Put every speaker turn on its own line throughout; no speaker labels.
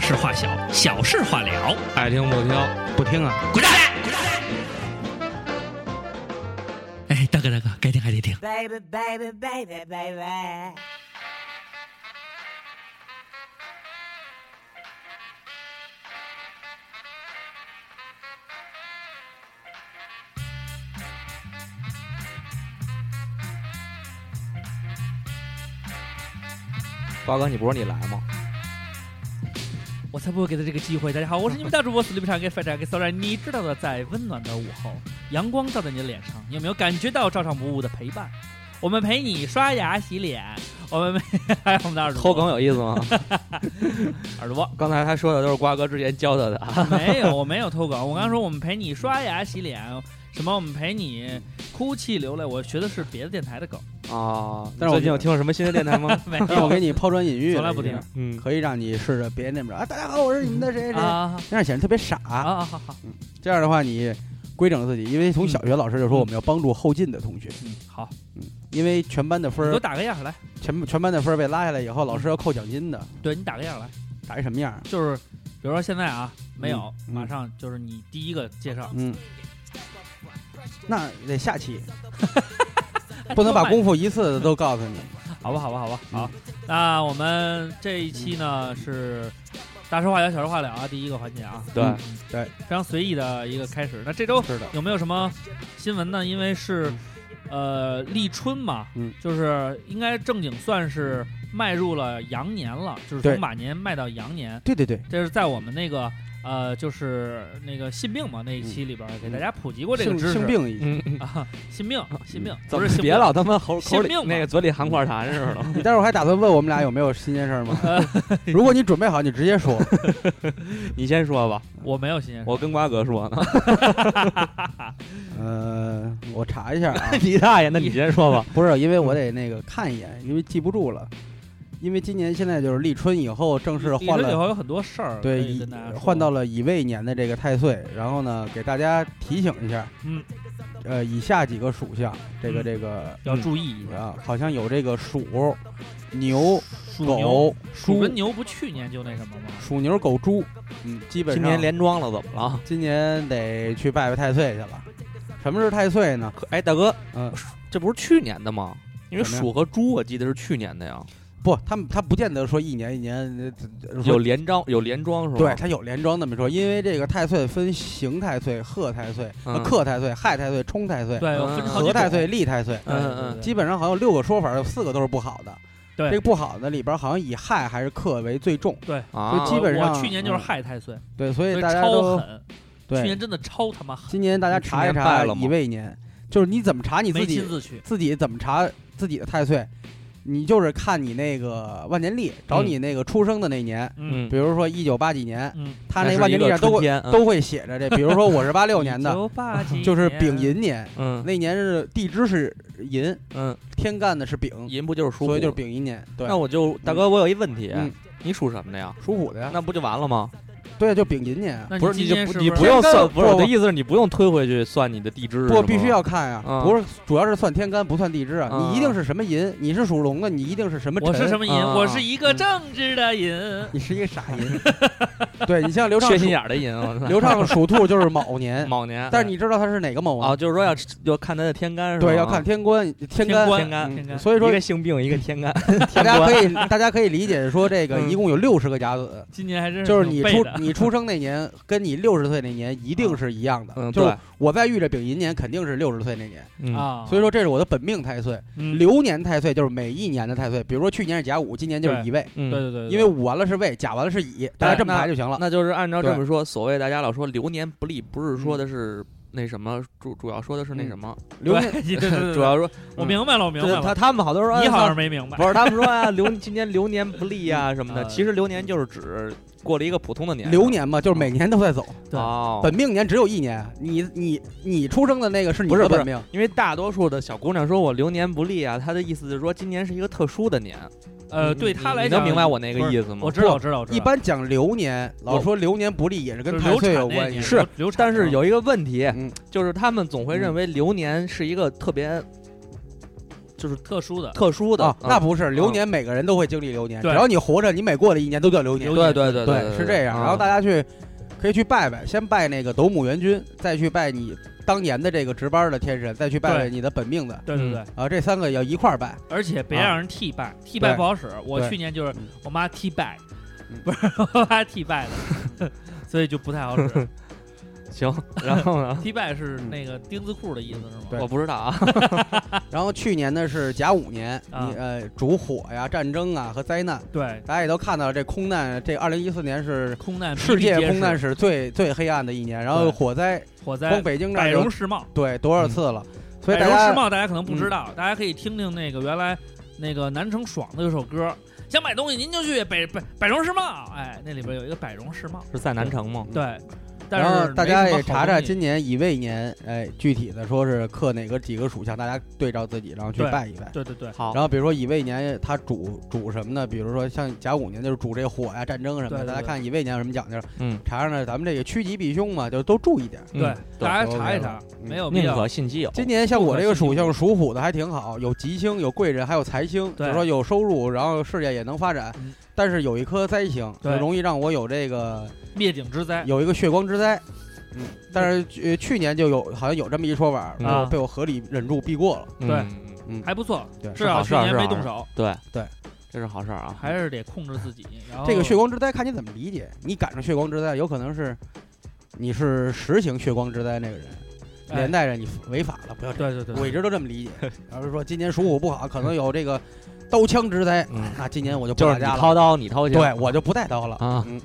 事化小，小事化了。
爱听不听，不听啊！
滚蛋！哎，大哥大哥，该听还得听。
baby, baby, baby, baby.
瓜哥，你不是你来吗？
我才不会给他这个机会。大家好，我是你们大主播死里不长给反长给骚然，你知道的，在温暖的午后，阳光照在你的脸上，你有没有感觉到照常不误的陪伴？我们陪你刷牙洗脸，我们陪 还有我们的耳朵
偷梗有意思吗？
耳朵
刚才他说的都是瓜哥之前教他的啊。
没有，我没有偷梗。我刚说我们陪你刷牙洗脸，什么我们陪你哭泣流泪，我学的是别的电台的梗，
啊
但是
最
我
近有听了什么新的电台吗？
没
哎
但是
有
我给你抛砖引玉了已经，
从来不听
嗯，
可以让你试着别那么着啊！大家好，我是你们的谁谁谁，
啊
那样显得特别
啊
傻。
啊！好好
这样的话，你规整自己，因为从小学老师就说我们要帮助后进的同学，
嗯好，
因为全班的分
你给我
儿，
打个样来，
全全班的分儿被拉下来以后，老师要扣奖金的，
对你打个样来，
打一什么样？
就是比如说现在啊没有，
嗯
马上就是你第一个介绍。
嗯，那得 下期，不能把功夫一次都告诉你。
好嗯吧，好吧，好吧，好。那我们这一期呢是大事化小，小事化了啊，第一个环节啊，
对，
嗯
非常随意的一个开始。那这周
是的，
有没有什么新闻呢？因为是呃立春嘛，
嗯，
就是应该正经算是迈入了羊年了，就是
对
从马年迈到羊年，
对对对，
这是在我们那个。呃，就是那个信病嘛那一期里边儿给大家普及过这个
嗯性
知识，
性 病嗯已经。
嗯，嗯
啊，信病，信病，
怎
不
么
是性
别
病
老他妈口
信
口里
命吧
那个嘴里含块痰似的？
你待会儿还打算问我们俩有没有新鲜事 儿吗？如果你准备好，你直接说。
你先说吧，
我没有新鲜事，
我跟瓜哥说呢。
呃，我查一下啊，
你大爷，那你先说吧。
不是，因为我得那个看一眼，因为记不住了。因为今年现在就是立春以后，正式换
以
了
后有很多事儿，
对
可以
乙
跟大家说
换到了乙未年的这个太岁，然后呢，给大家提醒一下，
嗯，
呃，以下几个属相，这个
嗯
这个
要注意一下。
啊，好像有这个鼠、牛、
属牛，
狗、
属
猪
跟、牛不去年就那什么吗？
鼠牛、狗、猪，嗯，基本
今
上
年连庄了，怎么了？
今年得去拜拜太岁去了。什么是太岁呢？
可哎，大哥，
嗯，
这不是去年的吗？因为
什么呀
鼠和猪，我记得是去年的呀。
不，他们他不见得说一年一年呃说
有连庄，有连庄是吧？
对，，它有连庄这么说，因为这个太岁分刑太岁、贺太岁、呃
嗯
克太岁、亥太岁、冲太岁、
对，分
嗯
好几
何
种
太岁、厉太岁，
对对对
嗯嗯
对
基本上好像有六个说法，有四个都是不好的。
对
这个不好的里边好像以亥还是克为最重。
啊，
就基本上
我去年就是
嗯
害太岁，
对，所
所
以
以
大家
超
都
狠。去
对
年。真的超他妈狠，
今年大家
你去
查一
年拜
查
了吗
乙未年，就是你怎么查你
没
自己
亲自去。
自己怎么查自己的太岁，你就是看你那个万年历，找
嗯
你那个出生的那年，
嗯
比如说一九八几年，
嗯，
他那万年历上都会
天，嗯
都会写着这，比如说我是八六 年的，
1987
就是丙寅年，
嗯
那年是地支是寅，
嗯，
天干的是丙，
银不就是属虎？
所以就是。丙寅年。对
那，我就大哥，我有一问题
嗯，
你属什么的呀？
属虎的呀，
那不就完了吗？
对，就丙寅年啊。
那
不是，
今
你就
年
不
是
你
不
不用
天干
算，不是
不
我的意思是你不用推回去算你的地支，
不，
是
必须
吗
要看呀、
嗯
不是，主要是算天干，不算地支啊。
嗯
你一定是什么寅，你是属龙的，你一定是什么辰，
我是什么寅？
啊
我是一个
嗯
正直的寅。
你是一个傻 寅。对你像刘畅
缺心
属
眼儿的银，我操
刘畅属兔就是卯年，
卯年。
但是你知道他是哪个卯
啊，
吗？
就是说要要看他的天干是吧？
对，要看天官天干。
官
天干
嗯
天干
所以说
一个性病，一个 天干，
大家可以大家可以理解说这个
嗯
一共有六十个甲子。
今年还真
就是
挺
你
嗯背
出
的
你出生那年跟你六十岁那年一定是一样的，
嗯，
就是
对，
我在遇着丙寅年肯定是六十岁那年，
啊，
啊，
所以说这是我的本命太岁。
嗯
流年太岁就是每一年的太岁，比如说去年是甲午，今年就是
对
乙未，
嗯
对对对，对
因为午完了是未，甲完了是乙，大家这么排就行了。
那就是按照这
对
么说，所谓大家老说流年不利，不是说的是那什么，主主要说的是那
嗯
什么，
流
对
年
对对对对
主要说
我明白了，我明白
对他
了。
他们好多人说，
你
哎
好
操
像没明白
不，是他们说啊，流今年流年不利啊什 么的，
嗯
其实流年就是指过了一个普通的年，
流年嘛，就是每年都在走，
对
哦，
本命年只有一年。你你你出生的那个是你
不是
的
不是
本命，
因为大多数的小姑娘说我流年不利啊，她的意思就是说今年是一个特殊的年。
呃，
你
对
你
他来
你能
讲，
明白我那
不
个
是
意思吗？
我知道，我知道，我知道。
一般讲流年，老说流年不利也是跟
就是
太
流
岁
产
有
那
关系。
年
是
流流产
但是
嘛
有一个问题，
嗯
就是他们总会认为流年是一个特别，就是嗯
特殊的
特殊的
啊，那
不
不是流年，每个人都会经历流年，
嗯
只
对
要你活着，你每过了一年都叫流年
流。
对对对嗯
对，是这样。然后大
家
家去可以去拜拜，先拜那个斗姆元君，再去拜你当年的这个值班的天神，再去拜拜
对
你的本命的
对对对，
啊，这三个要一块儿拜。
而且别让人替拜，替拜不好使。我
对
去年就是
嗯
我妈替拜
嗯，
不是我妈替拜的，所以就不太好使。？
行，然后 呢
替拜是那个钉子裤的意思是吗？
对
我不知道啊，
然后去年呢是甲午年，
啊
你呃主火呀、战争啊和灾难，
对，
大家也都看到了这空难，这二零一四年是
空难
世界空难
是
史最最黑暗的一年，然后
对
火灾，
火
光
灾，
北京这
百
儿就
荣世贸，
对多少次了，所以
百
大
荣世
家嗯
贸大家可能不知道，大家可以听听那个原来那个南城爽的有首歌，想买东西您就去北北百荣世贸，哎，那里边有一个百荣世贸，
是在南城吗？
对。但
然后
是
大家
没什么
也
好
查查
东西
今年乙未年，哎，具体的说是克哪个几个属相，大家对照自己，然后去
对
拜一拜。
对对对，
好，
然后比如说乙未年它主主什么呢？比如说像甲午年就是主这火呀、战争什么
对
的。
对
大家
对
看乙未年有什么讲究？
嗯，
查查呢，咱们这个趋吉避凶嘛，就都注意点。
嗯
对，大家
都
查一
OK
查
了，嗯
没有必
宁
要
可。信其有。
今年像我这个属
不
性属虎的还挺好，有吉星、有贵人，还有财星，就
对
是说有收入，然后事业也能发展
嗯。
但是有一颗灾星，就
对
容易让我有这个
灭顶之
哎
灾，
有一个血光之灾。嗯，但是去去年就有好像有这么一说法，
嗯
被我被我合理忍住避过了。
嗯
对
嗯嗯
嗯，
还不错，
对
至少
是好
去
事儿
年
是
没
好
动
事
手，
对
对，
这是好事儿啊。
还是得控制自己。然后
这个血光之灾看你怎么理解，你赶上血光之灾，有可能是你是实行血光之灾那个人，
哎
连带着你违法了，不要这样。
对对对，
我一直都这么理解。要是说今年属虎不好，可能有这个刀枪之灾，
嗯，
那今年我就不
就
打
是你
架了。
掏刀，你掏钱。
对，我就不带刀了
啊
嗯，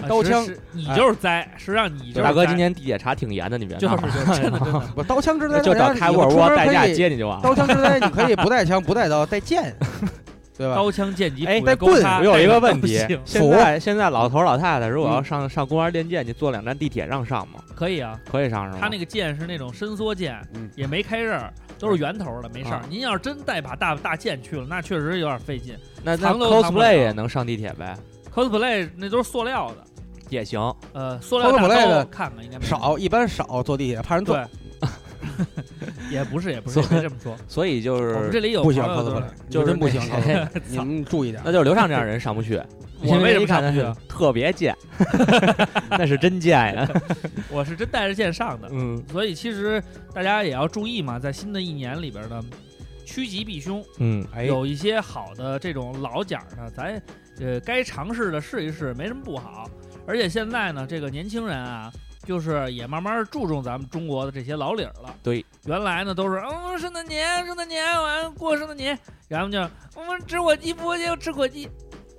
啊
刀
实
枪哎
是你就是灾，实际上你就是
大哥，
灾
今年地铁查挺严的，你别
就
闹
啊
是
了，
就是真 的真的，
不，刀枪之灾
就
大
找
家
开
以
沃
后
尔
出
沃
门
代
可
驾
以
接你就完了。
刀枪之灾，你可以不带枪，不带刀，带剑，对吧？
刀枪剑戟
哎
斧
带
钺钩
棍
叉
我有一个问
这
题
都，行
现
斧
在现在老头老太太，如果要
嗯
上上公园练剑去，坐两站地铁让上吗？
可以啊，
可以上是
哦
吗？
他那个剑是那种伸缩剑
嗯，
也没开刃儿，都是圆头的，没事儿
啊。
您要是真带把大大剑去了，那确实有点费劲。
那那
藏都藏不了
cosplay 也能上地铁呗，
cosplay 那都是塑料的，
也行。
呃，塑料大
cosplay 的
刀看看应该没
少，一般少坐地铁，怕人坐
对。 也不是，也不是，别这么说。
所以就
我们
是
这里有
不行
朋友都
cosplay，
是
你
就是
真不行
那
cosplay，你们 注意点
那。就是刘畅这样人上不去。
我为什么
一
上
看他
不去
是
啊？
特别贱， 那是真贱呀。
我是真带着剑上的，
嗯
所以其实大家也要注意嘛，在新的一年里边呢，趋吉避凶，
嗯，
哎，
有一些好的这种老讲儿呢，咱呃该尝试的试一试，没什么不好。而且现在呢，这个年轻人啊，就是也慢慢注重咱们中国的这些老理儿了。
对，
原来呢都是嗯圣诞节，圣诞节完过圣诞节，然后就我们吃火鸡，复活节要吃火鸡。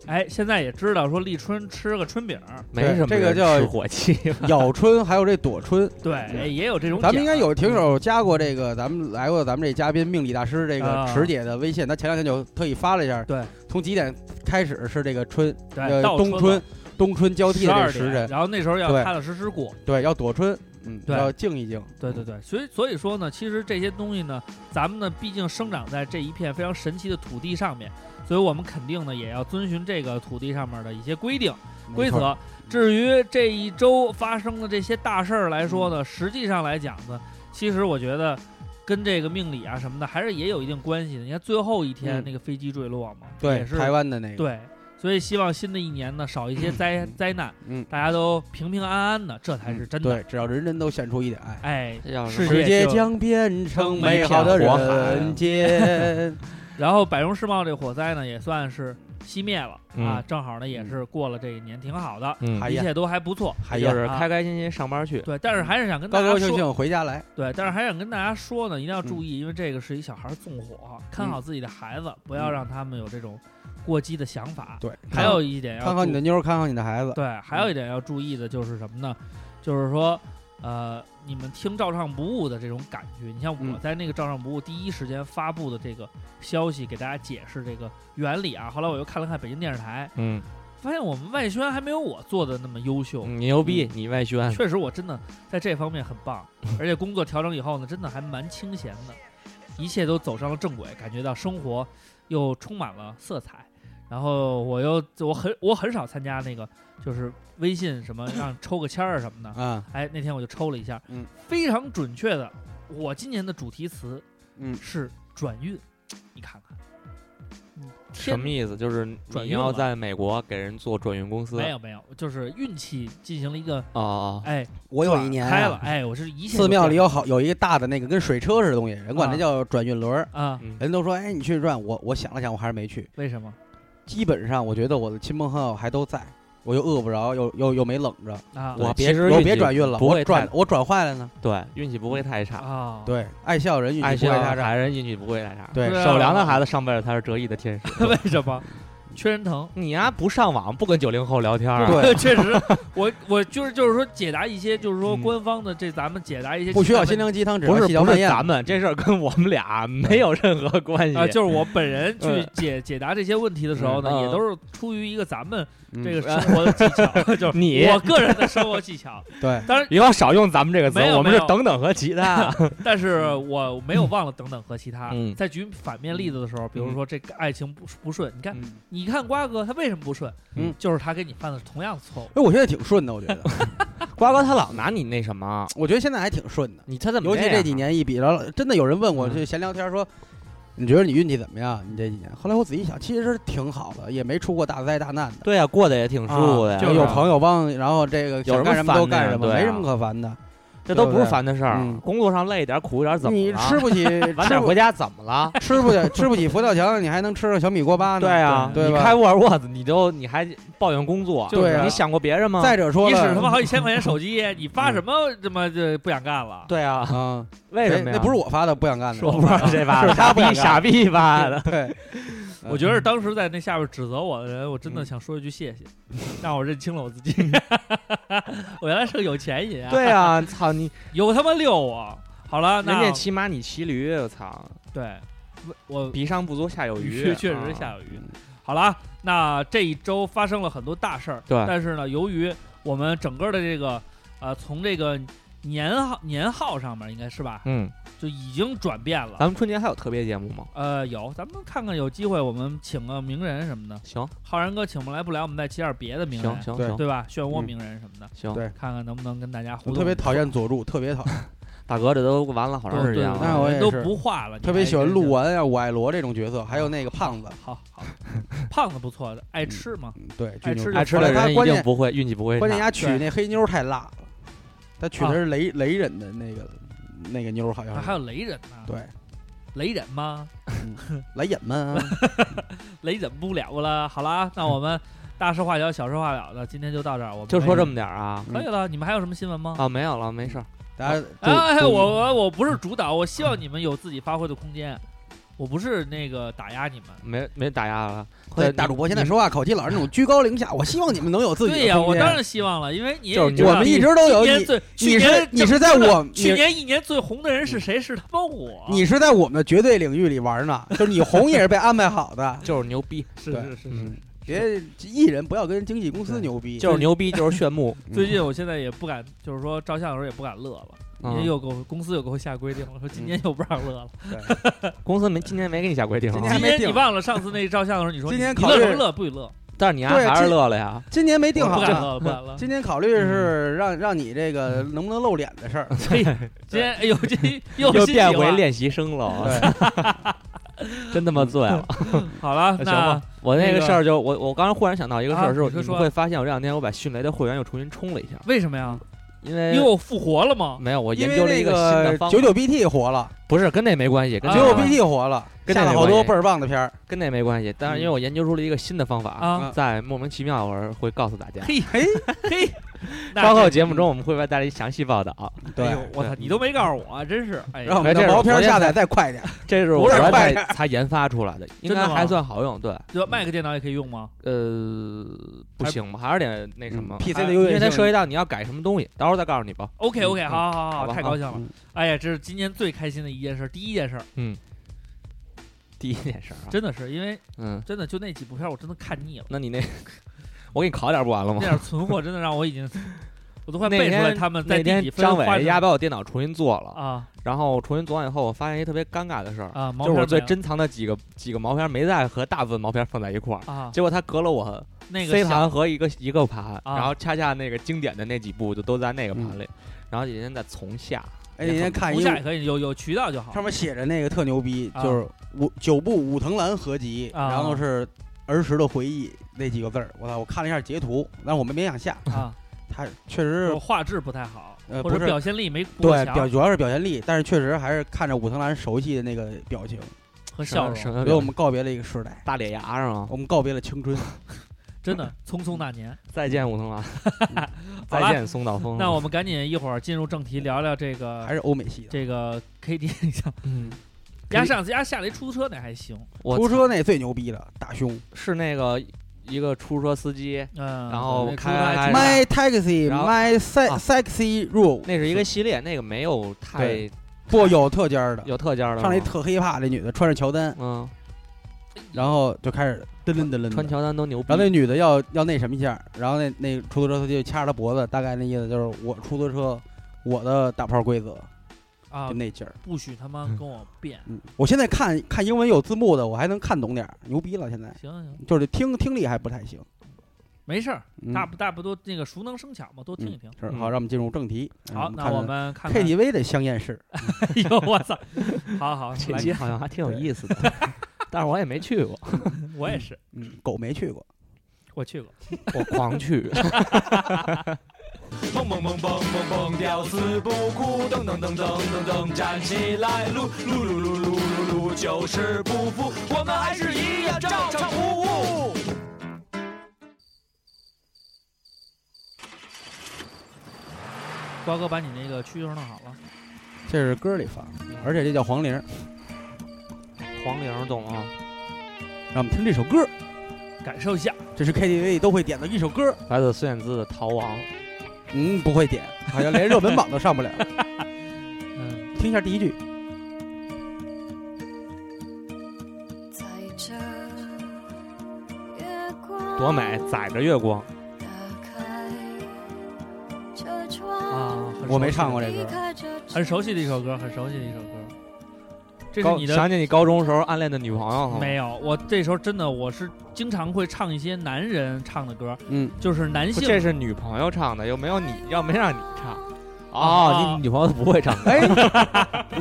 哎，现在也知道说立春吃个春饼儿，
没什么人
这个叫
吃火鸡，
咬春还有这躲 春，嗯
对，哎也有这种讲儿。
咱们应该有听友加过这个，咱们来过咱们这嘉宾命理大师这个
啊
池姐的微信，她前两天就特意发了一下，
对，
从几点开始是这个春，
对
呃，
倒
冬春，冬春交
十
替的这
二
个时辰，
然后那时候要
对
踏踏实实过。
对，要躲春，嗯，
对
要静一静，
对对对，所以所以说呢，其实这些东西呢，咱们呢毕竟生长在这一片非常神奇的土地上面，所以我们肯定呢也要遵循这个土地上面的一些规定
没
规
错，嗯
则。至于这一周发生的这些大事儿来说呢，实际上来讲呢，其实我觉得跟这个命理啊什么的还是也有一定关系的。你看最后一天
嗯
那个飞机坠落嘛，
对
也，是
台湾的那个，
对，所以希望新的一年呢少一些灾灾难，
嗯
大家都平平安安的，这才是真的。
对，只要人人都献出一点爱。
哎，
这叫什
世
么
界
世界
就
将变成美
美
好的
好的
人间。
然后百荣世贸这火灾呢，也算是熄灭了、啊，正好呢也是过了这一年，挺好的，
嗯，
嗯哎
一
呀
切都还不错。
还
就
有
是
啊
开开心心上班去。
对，但是还是想跟大
哎高
家
高兴嗯
说，
兴回家来，
对，但是还想跟大家说呢，一定要注意，因为这个是一小孩纵
嗯
火，看好自己的孩子，不要让他们有这种过激的想法。
对，
还有一点要
看好你的
注
妞儿，看好你的孩子，
对，还有一点要注意的就是什么呢？就是说，呃，你们听照唱不误的这种感觉，你像我
嗯
在那个照唱不误第一时间发布的这个消息，给大家解释这个原理啊。后来我又看了看北京电视台，
嗯，
发现我们外宣还没有我做的那么优秀。
你牛
嗯
逼，你外
嗯
宣。
确实，我真的在这方面很 棒，而且工作调整以后呢，真的还蛮清闲的，一切都走上了正轨，感觉到生活又充满了色彩。然后我又我很我很少参加那个就是微信什么让抽个签儿什么的，
啊，
哎，那天我就抽了一下，
嗯，
非常准确的，我今年的主题词
嗯
是转运，你看看，
什么意思？就是
转
你
运了
要在美国给人做转运公
啊
司？
没有没有，就是运气进行了一个
哦哦，
哎，
我有一年啊
开了，哎，我是一切
寺庙里
有
有好有一个大的那个跟水车似的东西，人管
啊
那叫转运轮儿。
啊？
嗯
人都说，哎，你去转，我我想了想，我还是没去。
为什么
基本上，我觉得我的亲朋好友还都在，我又饿不着，又又又没冷着，
啊？
对
我
其
别
实
我
运
别
气
转运了，
不
我
会
转
太
我转坏了呢。
对，运气不会太差，
啊，
对，爱笑人运
爱
气
笑
不会太差。
孩人运气不会太差。
对
对啊
守良的孩子上辈子他是折翼的天使。
为什么？缺人疼。
你呀不上网，不跟九零后聊天儿，啊
对
确实，我我就是就是说解答一些，就是说
嗯
官方的这咱们解答一些
不需要
情
心
感
灵鸡汤，只
不
要
是
细嚼
不
慢
是
咽。
咱们这事儿跟我们俩没有任何 关
问
系
题啊，就是我本人去
嗯
解解答这些问题的时候呢，
嗯
也都是出于一个咱们
嗯
这个生活的技巧，就是
你
我个人的生活技巧。
对，
当然，
以后少用咱们这个词
没，有
我
没
们是
有
等等和其 他。
但是我没有忘了等等和其他。
嗯
在举反面例子的时候，比如说这个爱情不不顺，你看
嗯
你看瓜哥他为什么不顺？
嗯
就是他跟你犯的同样的错误。
哎，我现在挺顺的，我觉得，
瓜哥他老拿你那什么，
我觉得现在还挺顺的。
你他怎么
尤其
样啊
这几年一比着，真的有人问我，
嗯
就闲聊天说，你觉得你运气怎么样？你这几年？后来我仔细想，其实挺好的，也没出过大灾大难的，
对呀、过得也挺舒服的呀、
啊
就是
有朋友帮，然后这个
有
想
什么
干什么都
烦的
干
呀
什么，
对啊
没什么可烦的。
这都
对
不
不
是
对
烦的事儿、
嗯
工作上累一点、苦一点怎么
你
了？
吃不起，
晚
吃
点
不
回家怎么了？
吃不起，吃不起佛跳墙，你还能吃个小米锅巴呢？
对啊，
对
你
吧
开沃尔沃子，你都你还抱怨工作，
就是啊
你想过别人吗？
再者说
你使他妈
了，
好几千块钱手机，你发什么这么就不想干了？
对啊，
啊，
为什
谁
么呀？
那不是我发的，不想干的。
我不知道谁发 的，啊
是他不想干
傻逼傻逼发的。
对，
嗯
我觉得当时在那下边指责我的人，我真的想说一句谢谢，让我认清了我自己。 我原来是个有钱人啊，
嗯对啊，操 你！
有他妈遛我。好了，
人
那
家骑马，你骑驴，我操！
对，我
比上不足，下 有余
确，确实是
啊。
下有余。好了，那这一周发生了很多大事儿，
对
但是呢，由于我们整个的这个呃，从这个年号年号上面应该是吧，
嗯，
就已经转变了
咱。们春节还有特别节目吗？
呃，有，咱们看看有机会我们请个名人什么的，
行
浩然哥请不来不来，我们再请点别的名人
行，行
对
行
对吧？漩涡
嗯
名人什么的，
行
对，
看看能不能跟大家互动。
我特别讨厌佐助，特别讨，
大哥，这都完了好长
对，
时
对
间
对，
哦那
了。
啊我
人
也
都
是
不画了，你
特别
哎
还
喜欢
真
鹿
是。
丸啊、我爱罗这种角色，还有那个胖子，
好好，胖子不错的，爱吃嘛，
嗯对，
爱吃
巨牛
就
逼
爱吃的
后来
人
他
一
关
定
键
不会运气不会
关键
差。
丫娶那黑妞太辣了，他娶的是雷雷人的那个那个妞，好像
啊
是
还有雷人呢，
对
雷人吗？
来演嘛，
雷忍不了了。好了，那我们大事化小，小事化了的，今天就到这儿。我们
哎
就说这么点儿啊
嗯
可以了。你们还有什么新闻吗？
啊，没有了，没事儿。
大 家
哎，
注
我
注
我我不是主导，我希望你们有自己发挥的空间，我不是那个打压你们。
没没打压了。
对
对
大主播
你
现在说话口气老是那种居高临下，我希望你们能有自己的
对呀、
空
我
间
当然希望了，因为你也
就是，
知道
我们一直都有
去年
你，
最去
你是
年
你是在我
去
你
年一年最红的人是谁？是他妈我。
你是在我们的绝对领域里玩呢，就是你红也是被安排好的
就是牛逼，
是
对
是是是。
嗯，
别艺人不要跟经纪公司
对
牛逼，嗯
就是牛逼，就是炫 目。
最近我现在也不敢，就是说照相的时候也不敢乐了，因为
嗯，
又给我公司又给我下规定了，说今
嗯
年又不让乐了。
公司没今天没给你下规定啊，
今天还
今
没
天
定
你忘了上次那照相的时候，你说
今天
你
考
乐
虑
什么乐不许乐，
但是你丫
对
还是
这
乐了 呀。
今年没定
我
好
不敢
呢。
乐了，不敢乐。
今天考虑是让让你这个能不能露脸的事儿，
嘿，今天哎呦， 这又
又
新
变
奇
回
了
练习生了
嗯
啊，
对
真他妈醉了。
好了，
呃
那行
那
吧，我那
那
个
个
事儿就我我刚才忽然想到一个事
啊
儿，
你
是我
说
你
说
们会发现我这两天我把迅雷的会员又重新充了一下，
为什么呀？
因
因
呃
为
为我复活了吗？
没有 我
因
研
为
究了一
那
个新的方
九
法，
九 BT 火了，
不是跟那没关系，跟
啊
九
那没
九
关系
BT 火了，
跟
下
那
了
没
好
关
多
系
倍儿棒的片儿。
跟那没关系，但是因为我研究出了一个新的方法，
啊，
在莫名其妙会会告诉大家。
嘿
嗯嘿，
嘿，那
稍后
这
节目中我们会为大家一详细报道。
哎呦，我操，你都没告诉我，真是哎
让
呀，
我们
哎这
的
是
毛
我
片
昨天
下载
才
再快点。
这是
不
我
是
才
快点
才研发出来的，应
真的
该
吗
还算好用。对，
就卖个电脑也可以用吗？
呃，不
还
行吧，还是得那什么。
嗯 PC
哎
的
啊
优越
因为它
性
涉及到你要改什么东西，到时候再告诉你吧。
OK OK，
嗯
好好
好
好，
吧
太高兴了
嗯！
哎呀，这是今年最开心的一件事，第一件事，啊
第一件事儿啊，
真的是因为
嗯，
真的就那几部片儿我真的看 腻了，
那你那我给你烤点儿不完了 吗
那？点存货真的让我已经，我都快
那
背出来
天
他们在
那
地
天
底分
张
花
伟
什
压
么
把我电脑重新做了，
啊
然后重新做完以后，我发现一特别尴尬的事儿，
啊，毛
就是
片
我
儿
最
没
珍藏的几个几个毛片没在和大部分毛片放在一块儿
了，啊，
结果他隔了我
那个
C
小哎
盘和一个一个盘，
啊嗯
然后恰恰那个经典的那几部就都在那个盘里，然后也现在从下
哎，人家看
不
一
下也可以，有有渠道就好
上。面写着那个特牛逼，
啊
就是五九部武藤兰合集，
啊
然后是儿时的回忆那几个字儿。我操，我看了一下截图，但我们没想下，
啊，
他确实
我画质不太好，
呃
或者
不是
表现力没不够
对
强
表主要是表现力，但是确实还是看着武藤兰熟悉的那个表情，
和
什
笑
么什
容，
么
所以我们告别了一个时代，
大脸牙啊 上，
我们告别了青春。
真的匆匆那年。
再见武藤 兰，
好
再
了，
见松岛枫。
那我们赶紧一会儿进入正题，聊聊这个
还是欧美系的。
啊这 个 KT 你像
嗯，
压上次压下来出租车那还行，
我
出租车那最牛逼了，大胸
是那个一个出租车司机，
嗯，
然后
那
开
出租车还
开
挺大
，My Taxi
然后
My Se
啊
Sexy Rule，
那是一个系列，那个没有太
对不有特尖儿的，
有特尖的。
上来一，特黑怕那女的穿着乔丹，
嗯，
然后就开始噔噔噔噔
穿
的。
乔丹都牛逼
然后。那女的要要那什么一下，然后那那出租车司机就掐着她脖子，大概那意思就是我出租车我的打炮规则
啊
就，那劲儿。
不许他妈跟我变。
嗯，我现在看看英文有字幕的，我还能看懂点儿，牛逼了。现在
行行，
就是听听力还不太行，
没事儿，
嗯
大不大不多那个熟能生巧嘛，多听一
嗯
听。
是
嗯
好，让我们进入正题。嗯
好，那
看
我
看
们看看。
KTV 的香艳事，
哎呦，我操！好好，
这
来
期好像还挺有意思的， 但是我也没去 过，
我也是，
嗯，狗没去过。
我去过。
我狂去。
蹦蹦蹦蹦蹦蹦，屌丝不哭，噔噔噔噔噔噔，站起来，撸撸撸撸撸撸撸，就是不服，我们还是一样照常服务。
瓜哥把你那个蛐蛐弄好了，
这是歌里放，而且这叫黄龄。
黄龄懂吗？
让我们听这首歌，
感受一下。
这是 KTV 都会点的一首歌。
来自孙燕姿的《逃亡》。
嗯，不会点，好像连热门榜都上不 了。
嗯，
听一下第一句，
在这月光
多美，载着月光
打开车窗
啊，很
我没
熟悉
唱过这
离
歌。
开这
很熟悉的一首歌，很熟悉的一首歌。这是
高
你的
想起你高中时候暗恋的女朋友了吗？
没有？我这时候真的我是经常会唱一些男人唱的歌，
嗯，
就是男
不
性。
这是女朋友唱的，又没有你，要没让你唱。
啊
哦，你女朋友不 会唱歌。
哎，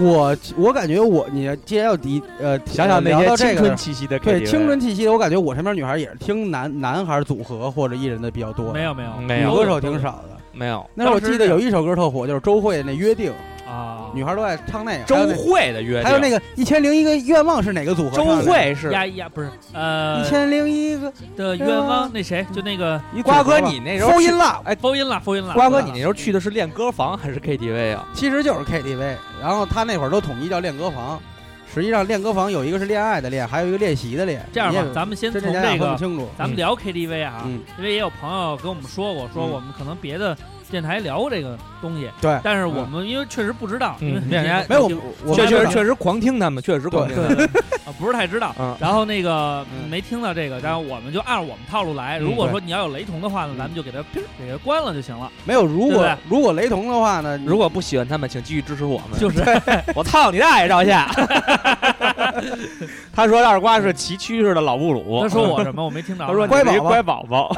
我我感觉我你既然要提呃，
想想那
聊
些
到
青
这
春
个，
气息的 KTV，
对青春气息的，我感觉我身边女孩也是听男男孩组合或者艺人的比较多，
没有没有
嗯没
女
有
歌手挺少的。
没有
那时候我
当时
记得有一首歌特火，就是周慧那《约定》，
啊。
女孩都爱唱那个。
周
还有那
慧的约定，
还有那个一千零一个愿望是哪个组合
周
唱的？
慧是
呀呀，不是呃
一千零一个
的冤枉，那谁就那个
一
瓜
组合
哥，
吧
你那时候
收音
去
了，
哎，封音了，封音了。
瓜哥，
封
你
音
那
了
时候去的是练歌房还是 KTV 啊？
其实就是 KTV，然后他那会儿都统一叫练歌房。实际上，练歌房有一个是恋爱的练，还有一个练习的练。
这样
你也
吧，咱们先从
真真假假
这
分不
个，
清楚。
咱们聊 KTV 啊，
嗯，
因为也有朋友跟我们说过，说我们可能别的电台聊过这个东西，
对，嗯
但是我们因为确实不知道，因为
嗯，人家
没有我我
确
们
确
知
实
道
确实狂听他们，确实狂听他们。
啊不是太知道。
嗯，
然后那个
嗯
没听到这个，然后我们就按我们套路来。
嗯
如果说你要有雷同的话呢，
嗯
咱们就给它砰给它关了就行了。
没有。如
对
果
不
如果雷同的话呢？
如果不喜欢他们，请继续支持我们。
就是
我操你大爷，赵夏！他说二瓜是骑蛐蛐的老布鲁，嗯
他说我什么我没听着，啊
他说你
乖
是一
宝宝
乖宝宝，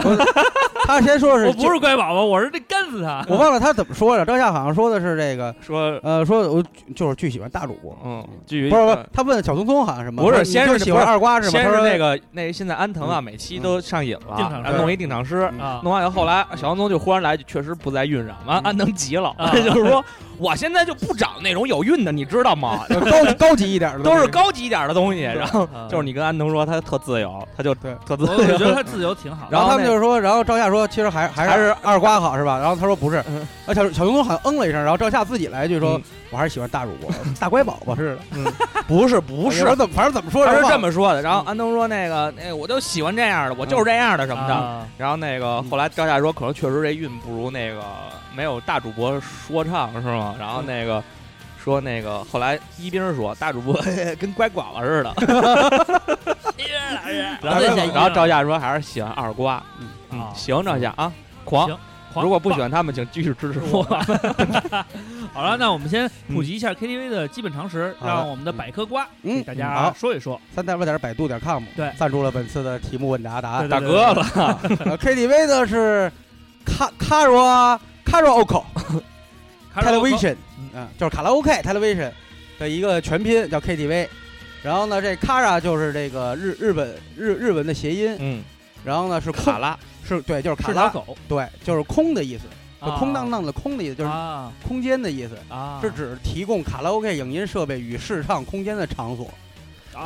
他先说是，
我不是，乖宝宝，我是这干死他。
我忘了他怎么说了。张夏好像说的是这个，
说
呃，说我就是巨喜欢大主播。啊
嗯，至于
不是不是，他问小聪聪好像什么？
不是
说你
先是
就喜欢
不是
二瓜是吗？
先
他
是
说
那个那现在安藤啊，每期都上瘾了，
定场诗
然后弄一定场诗。
嗯
啊
弄完以后，后来小杨宗就忽然来句，确实不在韵上。完，安藤急了，
啊
就是说，我现在就不找那种有韵的，你知道吗？
就高高级一点的，
都是。高级一点的东西。然后
啊
就是你跟安藤说他特自由，他就
对
特自
我我觉得
由。
他自由挺好的。啊
然后他
然后
们
那
就说，然后赵夏说，其实还还是
还
是二瓜好是吧？然后他说不是
嗯，
啊小小熊总好像嗯了一声，然后赵夏自己来一句说，
嗯
我还是喜欢大主播，大乖宝 宝似的，
不是不是
我，怎么反正怎么说
哎他是
忘了嗯
这么说的。然后安藤说那个那个我就喜欢这样的，我就是这样的什么的。
啊
然后那个后来赵夏说，可能确实这韵不如那个没有大主播说唱是吗？然后那个说那个后来一兵说大主播 跟乖寡妇 似的，然后然后赵夏说还是喜欢二瓜，嗯，
啊
行赵夏啊，狂
行。狂
如 果不喜欢他们，请继续支持我。
好了，那我们先普及一下 KTV 的基本常识，
嗯好的
让我们的百科瓜
嗯
给大家
好
说一说。
三 w 点百度点 com
对
赞助了本次的题目问答答案
对。
大哥了，
呃 KTV 呢是卡卡罗卡罗 Oco
卡罗
Television，
嗯
啊，就是卡拉 OK Television 的一个全拼叫 KTV。然后呢，这 Kara 就是这个日日本日日文的谐音，
嗯，
然后呢是空
卡拉，
是对，就是卡
是条
拉，
狗，
对，就是空的意思，就
啊
空荡荡的空的意思，就是
啊
空间的意思。
啊，
是指提供卡拉 OK 影音设备与视唱空间的场所。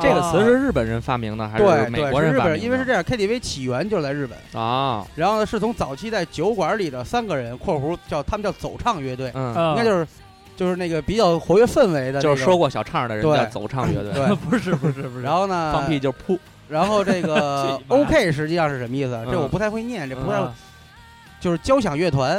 这个词
啊
是日本人发明的还
对
是
对
美，国
是
人
日
发明
本人，
的？
因为是这样，KTV 起源就是在日本。
啊，
然后呢，是从早期在酒馆里的三个人（括弧叫他们叫走唱乐队），
嗯，
啊。
应该就是就是那个比较活跃氛呃围的那种，
就是说过小唱的人
对
叫走唱乐队，
对
啊 不是不是啊不是，
然后呢，
放屁就噗，
然后 这个
这玩意
OK 实际上是什么意思？这
嗯
我不太会念，这不太
啊
就是交响乐团、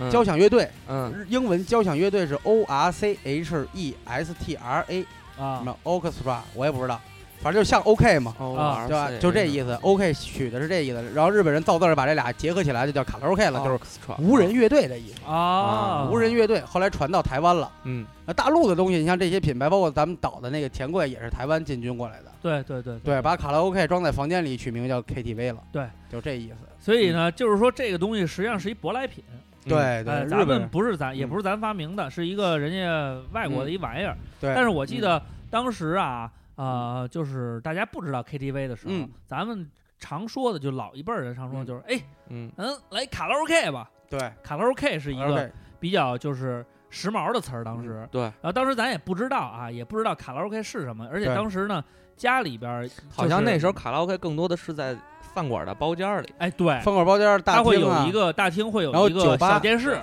嗯
交响乐队，
嗯
日英文交响乐队是 O R C H E S T R A，什
啊
么 orchestra 我也不知道，反正就像 OK 嘛，
哦
啊
对吧？就这意
思，
思。OK 取的是这意思，然后日本人造字儿把这俩结合起来就叫卡拉 OK 了，就是
是
无人，乐队的意思。
啊，
无人乐队后来传到台湾了，
嗯
那大陆的东西，你像这些品牌，包括咱们岛的那个钱柜，也是台湾进军过来的。
对对对
对，把卡拉 OK 装在房间里，取名叫 KTV 了。
对，
就这意思。
所以呢，就是说这个东西实际上是一舶来品，
对对，
哎，
日
咱
本
们
人
不是咱，也不是咱发明的，是一个人家外国的一玩意儿。
嗯对，嗯
但是我记得当时啊，呃，就是大家不知道 KTV 的时候
嗯，
咱们常说的，就老一辈儿人常说，
嗯
就是哎，
嗯
嗯，来卡拉 OK 吧，
对
卡拉 OK 是一
卡拉
个
OK 嗯
比较就是时髦的词儿，当时。
对，
然后当时咱也不知道啊，也不知道卡拉 OK 是什么，而且
对
当时呢，家里边儿
好像那时候
就是，
卡拉 OK 更多的是在饭馆的包间里，
哎，对，
饭馆包间儿大
它会
厅啊
有一，个大厅，会有
然后
一个
酒吧
小电视，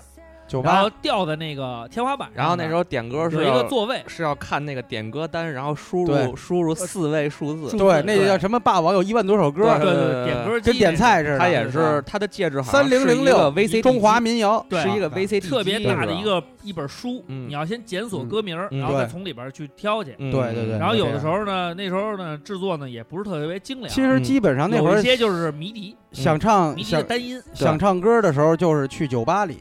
酒
然后
吧，
吊在那个天花板上的，
然后那时候点歌
嗯有
是
一个
要
座位，
是要看那个点歌单，然后输
对
入输入四位数字，
对，那
对
叫什么？霸王有一万多首歌
对，
对对对，
呃
点歌机
跟点菜似的。
它也是它的介质好像
三零零六
VC
中华民谣，
对啊
是一个 VC
特别大的一
个，
个一本书，
嗯
你要先检索歌名儿，
嗯
然后再
对
从里边儿去挑去。
嗯
对对对
然后有的
这样
时候呢，那时候呢制作呢也不是特别精良，
其实基本上那
嗯
会
有
儿
一些就是迷笛，
想唱
迷笛的
想
单音，
想唱歌的时候，就是去酒吧里。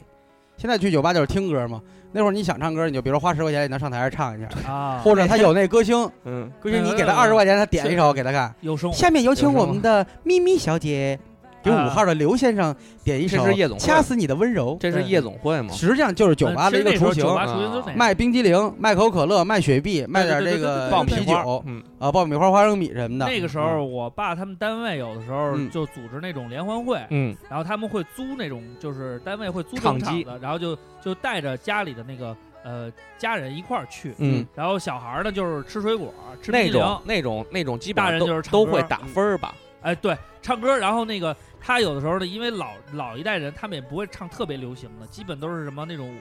现在去酒吧就是听歌嘛。那会儿你想唱歌，你就比如花十块钱，你能上台上唱一下，
啊，
或者他有那歌星，
嗯
歌星你给他
嗯
二十块钱，他点一首给他看。
有生活
下面有请我们的咪咪小姐，给
啊
五号的刘先生点一首
这是夜总
《
会
掐死你的温柔》。
这是夜总会嘛？
实际上就是酒吧的一个雏
嗯其实那时
形
候，酒
啊
吧雏形都是
哎
那样
卖冰激凌、卖可口可乐、卖雪碧、卖点这
对
个
爆
对对对对对
啤
米花
酒，
嗯
啊，爆米花、花生米什么的。
那个时候，我爸他们单位有的时候
嗯
就组织那种联欢会，
嗯
然后他们会租那种，就是单位会租整
唱
场
机
的，然后就就带着家里的那个呃家人一块儿去，
嗯，
然后小孩儿呢就是吃水果、吃冰
那
激凌，
种那种那种基本
大
上
人
都
就是唱
都
歌
会打分儿吧？
哎，对，唱歌，然后那个他有的时候呢，因为老老一代人他们也不会唱特别流行的，基本都是什么那种，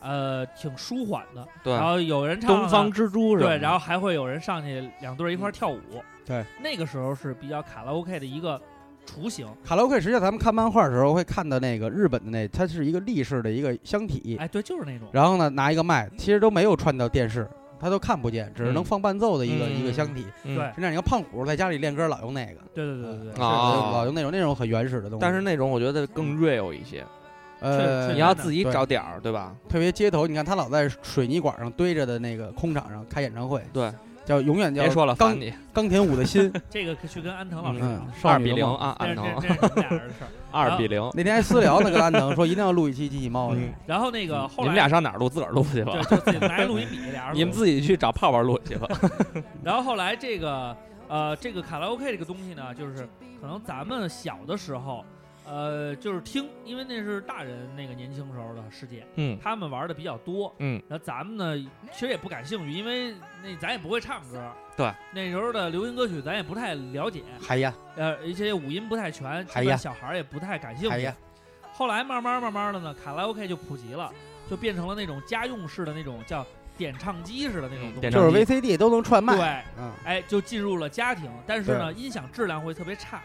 呃，挺舒缓的。
对
然，后有人唱
东方嗯
呢
之珠是吧？
对，然后还会有人上去两对儿一块儿跳舞。
对，
那个时候是比较卡拉 OK 的一个雏形。
卡拉 OK 实际上咱们看漫画的时候会看到那个日本的那，它是一个立式的一个箱体，
哎，对，就是那种。
然后呢拿一个麦，其实都没有串到电视，它都看不见，只是能放伴奏的一个、
嗯
一个箱体。
嗯
对
实际上你看胖虎在家里练歌老用那个，
对对对对对，
啊
是老用那种那种很原始的东西。
但是那种我觉得更 real 一些，
呃，
确
你
确
要自己找点儿，对吧？
特别街头，你看他老在水泥管上堆着的那个空场上开演唱会，
对，
叫永远叫
别说了，
钢
烦你。
钢铁舞 的心，
这个可以去跟安藤老师
嗯
讲，，
少
二
女
比
的
零
梦。
啊，
这
安
是这是
藤
这是你们俩人的事儿。
二比零。
那天还私聊呢，跟安藤说一定要录一期《机器猫》去
嗯，
然后那个后
你
来
们俩上哪儿录？自个儿录去吧
对，。就自己拿一录音笔，俩人
你们
录
自己去找泡泡录 去吧。
然后后来这个呃，这个卡拉 OK 这个东西呢，就是可能咱们小的时候，呃，就是听，因为那是大人那个年轻时候的世界，
嗯
他们玩的比较多，
嗯，
然后咱们呢其实也不感兴趣，因为那咱也不会唱歌，
对，
那时候的流行歌曲咱也不太了解，
嗨呀，
呃，而且五音不太全，
哎
基
呀
本小孩儿也不太感兴
哎
趣
呀。
后来慢慢慢慢的呢，卡拉 OK 就普及了，就变成了那种家用式的那种叫点唱机似的那种
嗯
东西，
点
就是
唱机
VCD 都能串麦，
对，
嗯，
哎，就进入了家庭，但是呢，音响质量会特别差。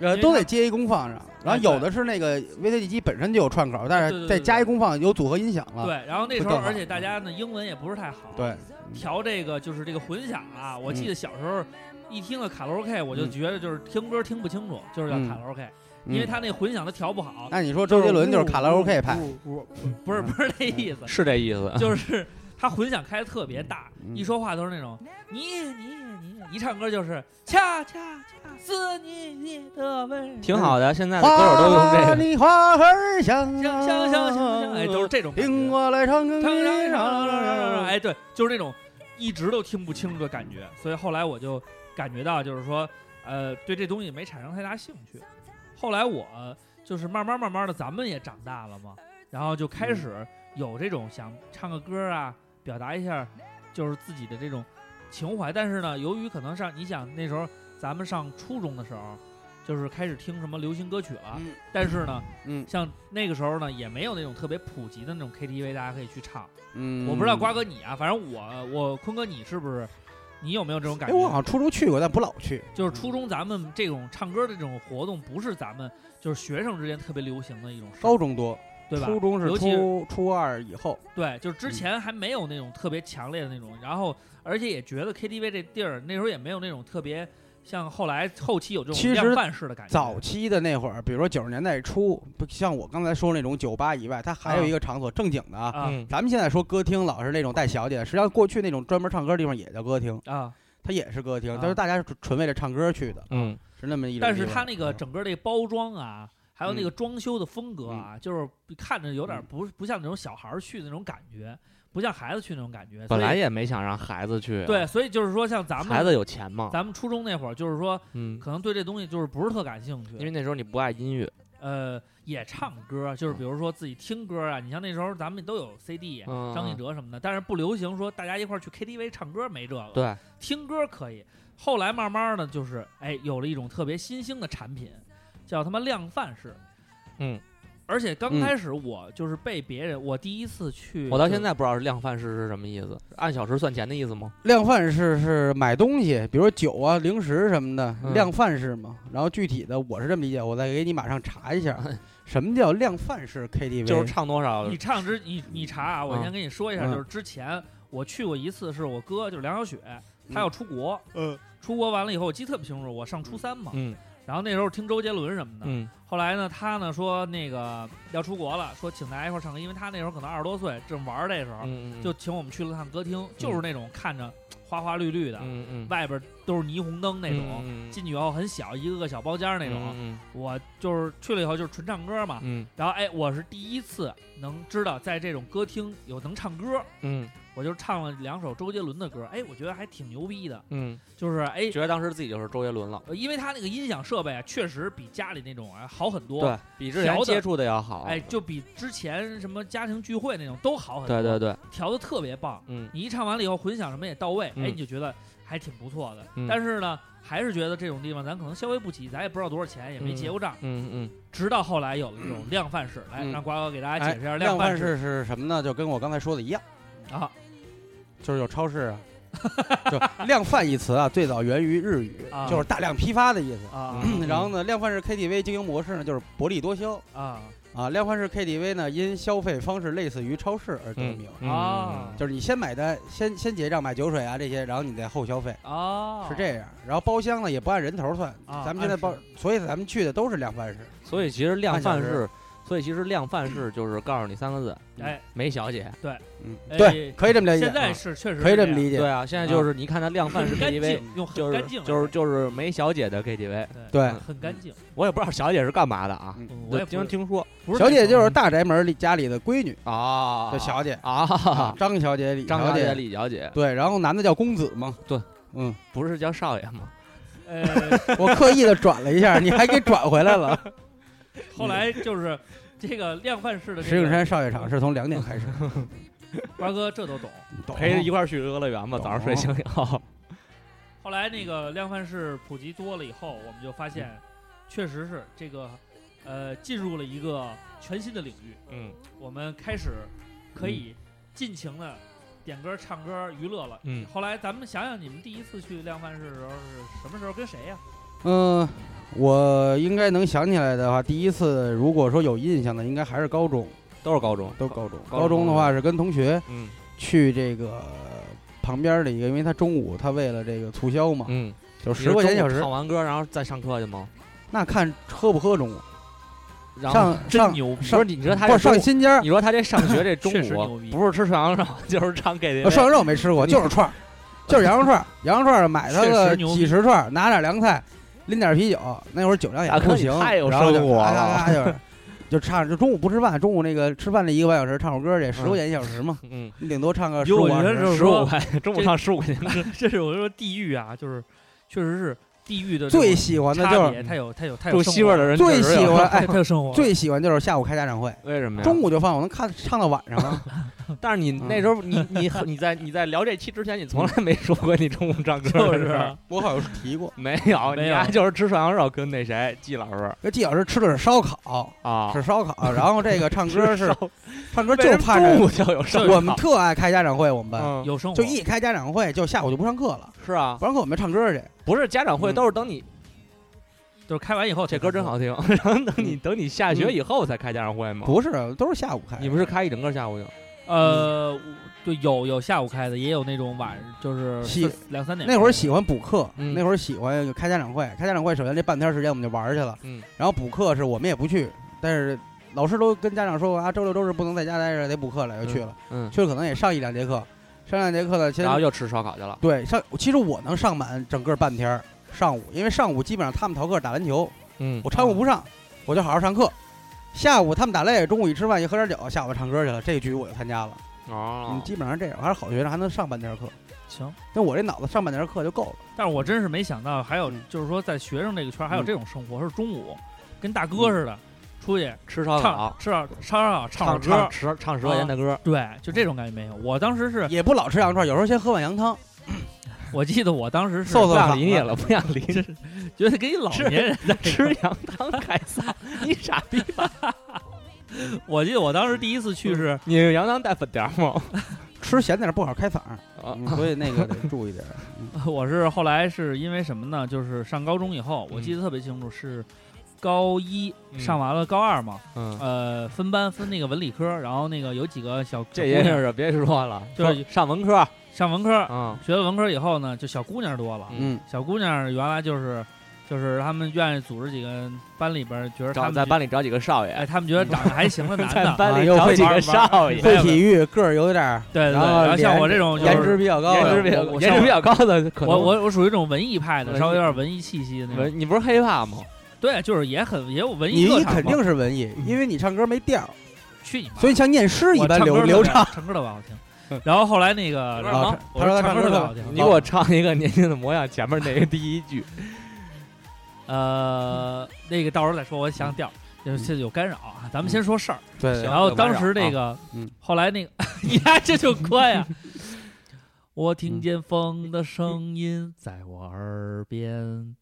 呃，都得接一功放上，然后有的是那个 VCD 机本身就有串口，但
对对
是
对
再加一功放有组合音响了，
对，然后那时
啊会
候，
更好嗯
而且大家呢，英文也不是太好，，
对，
调这个就是这个混响啊。我记得小时候一听了卡拉 OK，我就
嗯
觉得就是听歌听不清楚，就是叫卡拉 OK，因为
嗯哎
他那混响他调不好。
那你说周杰伦就是卡拉 OK 派，
不不不是
嗯
不是那意思，
是这意思。
就是他混响开的特别大，
嗯
一说话都是那种你你你，一唱歌就是恰恰恰思念你的温柔，
挺好的。现在的歌手都用这个，
你花儿香
香香香香香，哎，都是这种感觉。
听我来唱歌，
唱唱唱唱唱唱唱，哎，对，就是那种一直都听不清楚的感觉。所以后来我就感觉到，就是说，呃，对这东西没产生太大兴趣。后来我就是慢慢慢慢的，咱们也长大了嘛，然后就开始有这种想唱个歌啊，表达一下就是自己的这种情怀。但是呢，由于可能上你想那时候咱们上初中的时候，就是开始听什么流行歌曲了，
嗯
但是呢，
嗯
像那个时候呢，也没有那种特别普及的那种 KTV，大家可以去唱。
嗯，
我不知道瓜哥你啊，反正我我坤哥你是不是，你有没有这种感
哎，
觉？
我好嗯像初中去过，但不老去。
就是初中咱们这种唱歌的这种活动，不是咱们就是学生之间特别流行的一种事，
高中多，
对吧？
初中是
尤其
初嗯初二以后，
对，就是之前还没有那种特别强烈的那种，然后而且也觉得 KTV 这地儿那时候也没有那种特别像后来后期有这
其
种
实
量贩式的感觉。
早期的那会儿，比如说九十年代初，不像我刚才说那种酒吧以外，它还有一个场所正经的啊。
啊
嗯，
咱们现在说歌厅老是那种带小姐的，实际上过去那种专门唱歌的地方也叫歌厅，
啊，
它也是歌厅
啊，
但是大家是纯为了唱歌去的，
嗯，
是那么一种
但
地方。嗯
是它那
啊
个整个这包装啊，还有那
嗯
个装修的风格啊，就是看着有点
嗯
不不像那种小孩儿去的那种感觉，不像孩子去那种感觉。
本来
所以
也没想让孩子去，啊
对，，所以就是说像咱们
孩子有钱嘛，
咱们初中那会儿，就是说
嗯，
可能对这东西就是不是特感兴
因为
趣，
那时候你不爱音乐，
呃，也唱歌，就是比如说自己听歌啊，你像那时候咱们都有 CD。
嗯，
张信哲什么的，但是不流行说大家一块儿去 KTV 唱歌，没这个。
对，
听歌可以。后来慢慢的就是，哎，有了一种特别新兴的产品，叫他妈量贩式。
嗯，
而且刚开始我就是被别人，我第一次去，
我到现在不知道量贩式是什么意思，是按小时算钱的意思吗？
量贩式是买东西，比如说酒啊、零食什么的，
嗯
量贩式嘛。然后具体的我是这么理解，我再给你马上查一下，
嗯
什么叫量贩式 KTV？
就是唱多少
你唱之你你查啊，我先跟你说一下，
嗯
就是之前我去过一次，是我哥就是梁小雪，他要出国，
嗯，
出国完了以后，我记得特别清楚，我上初三嘛，
嗯
然后那时候听周杰伦什么的，
嗯
后来呢，他呢说那个要出国了，说请大家一块儿唱歌，因为他那时候可能二十多岁，正玩儿这时候，
嗯，
就请我们去了趟歌厅，就是那种看着花花绿绿的，
嗯嗯
外边都是霓虹灯那种，
嗯
进去以后很小，一个个小包间儿那种。
嗯
我就是去了以后就是纯唱歌嘛，
嗯
然后哎，我是第一次能知道在这种歌厅有能唱歌，
嗯
我就唱了两首周杰伦的歌，哎，我觉得还挺牛逼的，
嗯，
就是哎。
觉得当时自己就是周杰伦了，
呃因为他那个音响设备啊，确实比家里那种啊好很多，
对比之前
调的
接触的要好，
哎，就比之前什么家庭聚会那种都好很多，
对对对，
调的特别棒。
嗯
你一唱完了以后，混响什么也到位，
嗯
哎，你就觉得还挺不错的。
嗯
但是呢，还是觉得这种地方咱可能消费不起，咱也不知道多少钱，也没
嗯
结过账。
嗯嗯。
直到后来有了这种量贩式，来
嗯
让瓜哥给大家
哎
解释一下
量
贩
贩式是什么呢？就跟我刚才说的一样，
啊
就是有 超市啊。就量贩一词啊，最早源于日语，
啊
就是大量批发的意思。
啊
嗯
然后呢，量贩式 KTV 经营模式呢，就是薄利多销
啊
啊。量贩式 KTV 呢，因消费方式类似于超市而得名，
嗯
啊
就是你先买单，先先结账买酒水啊这些，然后你再后消费。
啊！
是这样，然后包厢呢也不按人头算，
啊
咱们现在包
按时，
所以咱们去的都是量贩式。
所以其实量贩
按小
式，所以其实量贩式就是告诉你三个字，
哎，
没小姐。
嗯，
哎
对，可以这么理解
现在
啊，
是确实
可以这
这
么理
解，
解。
对啊，现在就是你看它量贩式
很干
KTV，
净，用很
就
干
是
净，
就是就是没小姐的 KTV，
对
很干净。
我也不知道小姐是干嘛的啊，
嗯我
我
也不
经听说
不是
小姐
那种
就是大宅门里家里的闺女，
啊，
叫小姐
啊，
张小姐、李
张
小
小
姐
姐、。李小姐，
对，然后男的叫公子嘛。
对，
嗯，
不是叫少爷吗？
呃，
我刻意的转了一下，你还给转回来 了。
后来就是这个量贩式的
嗯石
这
景
个，
山少爷场是从两点 开始，
瓜哥这都懂。
懂
陪着一块儿去游乐园吧，
懂
早上睡醒以后，
后来那个量贩式普及多了以后，我们就发现，确实是这个，呃，进入了一个全新的领域。
嗯
我们开始可以尽情的点歌、唱歌、娱乐了。
嗯
后来咱们想想，你们第一次去量贩式的时候是什么时候？跟谁呀、
嗯，我应该能想起来的话，第一次如果说有印象的，应该还是高中，
都是高中，
都是高中。
高
高中的
中
话是跟同学
嗯
去这个旁边的一个，因为他中午他为了这个促销嘛，
嗯，
就
你
十
是
块钱
中
小
午
时
唱，完歌然后再上课去吗？
那看喝不喝中午。
然后
上
真
上
牛逼，不
上
是你说他
不
这
是上
中午
新街儿
你，说他这上学这 中
确实牛
午
逼
不是吃涮羊肉就是唱 KTV，
呃呃涮羊肉没吃过，
你
就是串儿就是羊肉串儿，羊肉串儿买它
确
个
实牛
几
逼
十串儿，拿点凉菜，拎点啤酒。那会儿酒量也不行，
大哥你啊太有
然后就
生活
咔咔
了
咔就是就唱，就中午不吃饭，中午那个吃饭那一个半小时唱会儿歌儿去，十
嗯
块钱一小时嘛，
嗯，
你顶多唱个十
哟
五
我觉
小
得
时。
就是
十五
说，
块，中午
这
上十五 块钱，
这是我就说地域啊，就是确实是地域的这种
最喜欢的
差
就是
别，它有它有它有
住
哎生
西边
活
儿的人
最
确实有
喜欢
它
哎
有，它有生活，
最喜欢就是下午开家长会，
为什么呀？
中午就放，我能看唱到晚上 啊。
但是你那时候你你你在你在聊这期之前，你从来没说过你中午唱歌
就
的事
是
儿，
我好像提过，
没有，
没
你
有
丫就是吃涮羊肉跟那谁季老师
这季老师吃的是烧烤，
啊，
是烧烤，然后这个 唱歌是
烧
唱歌
为
就
什么
盼
中
着
午就有烧
我们
烤
特爱开家长会，我们班
嗯
有生活，
就一开家长会就下午就不上课了，
是啊，
不上课嗯我们就唱歌去。
不是家长会都是等你
就是开完以后
这歌真，好听，
嗯
然后等你等你下学以后才开家长会吗？
不是，都是下午开。
你们是开一整个下午就
呃，对，有有下午开的，也有那种晚就是
喜
四两三点
那会儿喜欢补课，
嗯
那会儿喜欢开家长会。开家长会，首先这半天时间我们就玩儿去了，
嗯
然后补课是我们也不去，但是老师都跟家长说啊，周六周日不能在家待着，得补课了，就去了。
嗯，
去了可能也上一两节课，上两节课呢，其实
然后又吃烧烤去了，
对上，其实我能上满整个半天儿上午，因为上午基本上他们逃课打篮球，
嗯
我掺和不上，我就好好上课。下午他们打累，中午一吃饭一喝点酒，下午唱歌去了，这局我就参加了。
哦
嗯，，基本上这样，我还是好学生，还能上半天课。
行。
但我这脑子上半天课就够了。
但是我真是没想到，还有就是说在学生这个圈儿还有这种生活，是中午跟大哥似的出去
吃烧
唱
烤，
吃烧烧唱会儿
唱
歌
唱，十唱十块钱的歌，
对，就这种感觉没有。我当时是
也不老吃羊肉串，有时候先喝碗羊汤，
我记得我当时是
瘦
不
瘦
想
嗓
理你
子。
了，不想理你，
觉得跟一老年人在一块儿
吃羊汤 改撒，你傻逼，
我记得我当时第一次去是
你是羊汤带粉条吗？
吃咸点儿不好开嗓儿，
啊
嗯所以那个得注意点儿。
我是后来是因为什么呢？就是上高中以后，我记得特别清楚，是高一
嗯
上完了高二嘛，
嗯，
呃，分班分那个文理科，然后那个有几个小
这
小姑
也
娘
是别说了，
就是呃
上文科，
上文科，
嗯
学了文科以后呢，就小姑娘多了。
嗯
啊嗯，
小姑娘原来就是就是他们愿意组织几个班里边儿，觉得他
找
们
在
觉
班里找几个少
哎，
爷，
他们觉得
嗯
长得还行 的男
在
的，
班
啊
里
又
找
会
几
玩
个
儿
少爷，
嗯会体育，个儿有点儿，
对对对，
然后
然后像
脸
我这种就
颜值
是
比较高
颜值
的。
比较
我我
颜值比较高的，可能
我我我属于这种文艺派的，
文艺
稍微有点文艺气息的那种。
文，你不是黑怕吗？
对，就是也很也有文艺特
你
长嘛
肯定是文艺，因为你唱歌没调儿，
去你妈！
所以像念诗一
我
般
唱歌
流
特
流
别
畅。，
唱歌特别好听。然后后来那个，然后
啊
啊
我
他说他
唱
唱
歌特
歌
别
特
好
别
听。
你给我唱一个年轻的模样，前面那个第一句，
呃，那个到时候再说，我想调，就是有干扰啊。咱们先说事儿。
嗯对
行
然后当时
啊
那个
嗯，
后来那个， 你看这就快呀！
嗯
我听见风的声音在我耳边，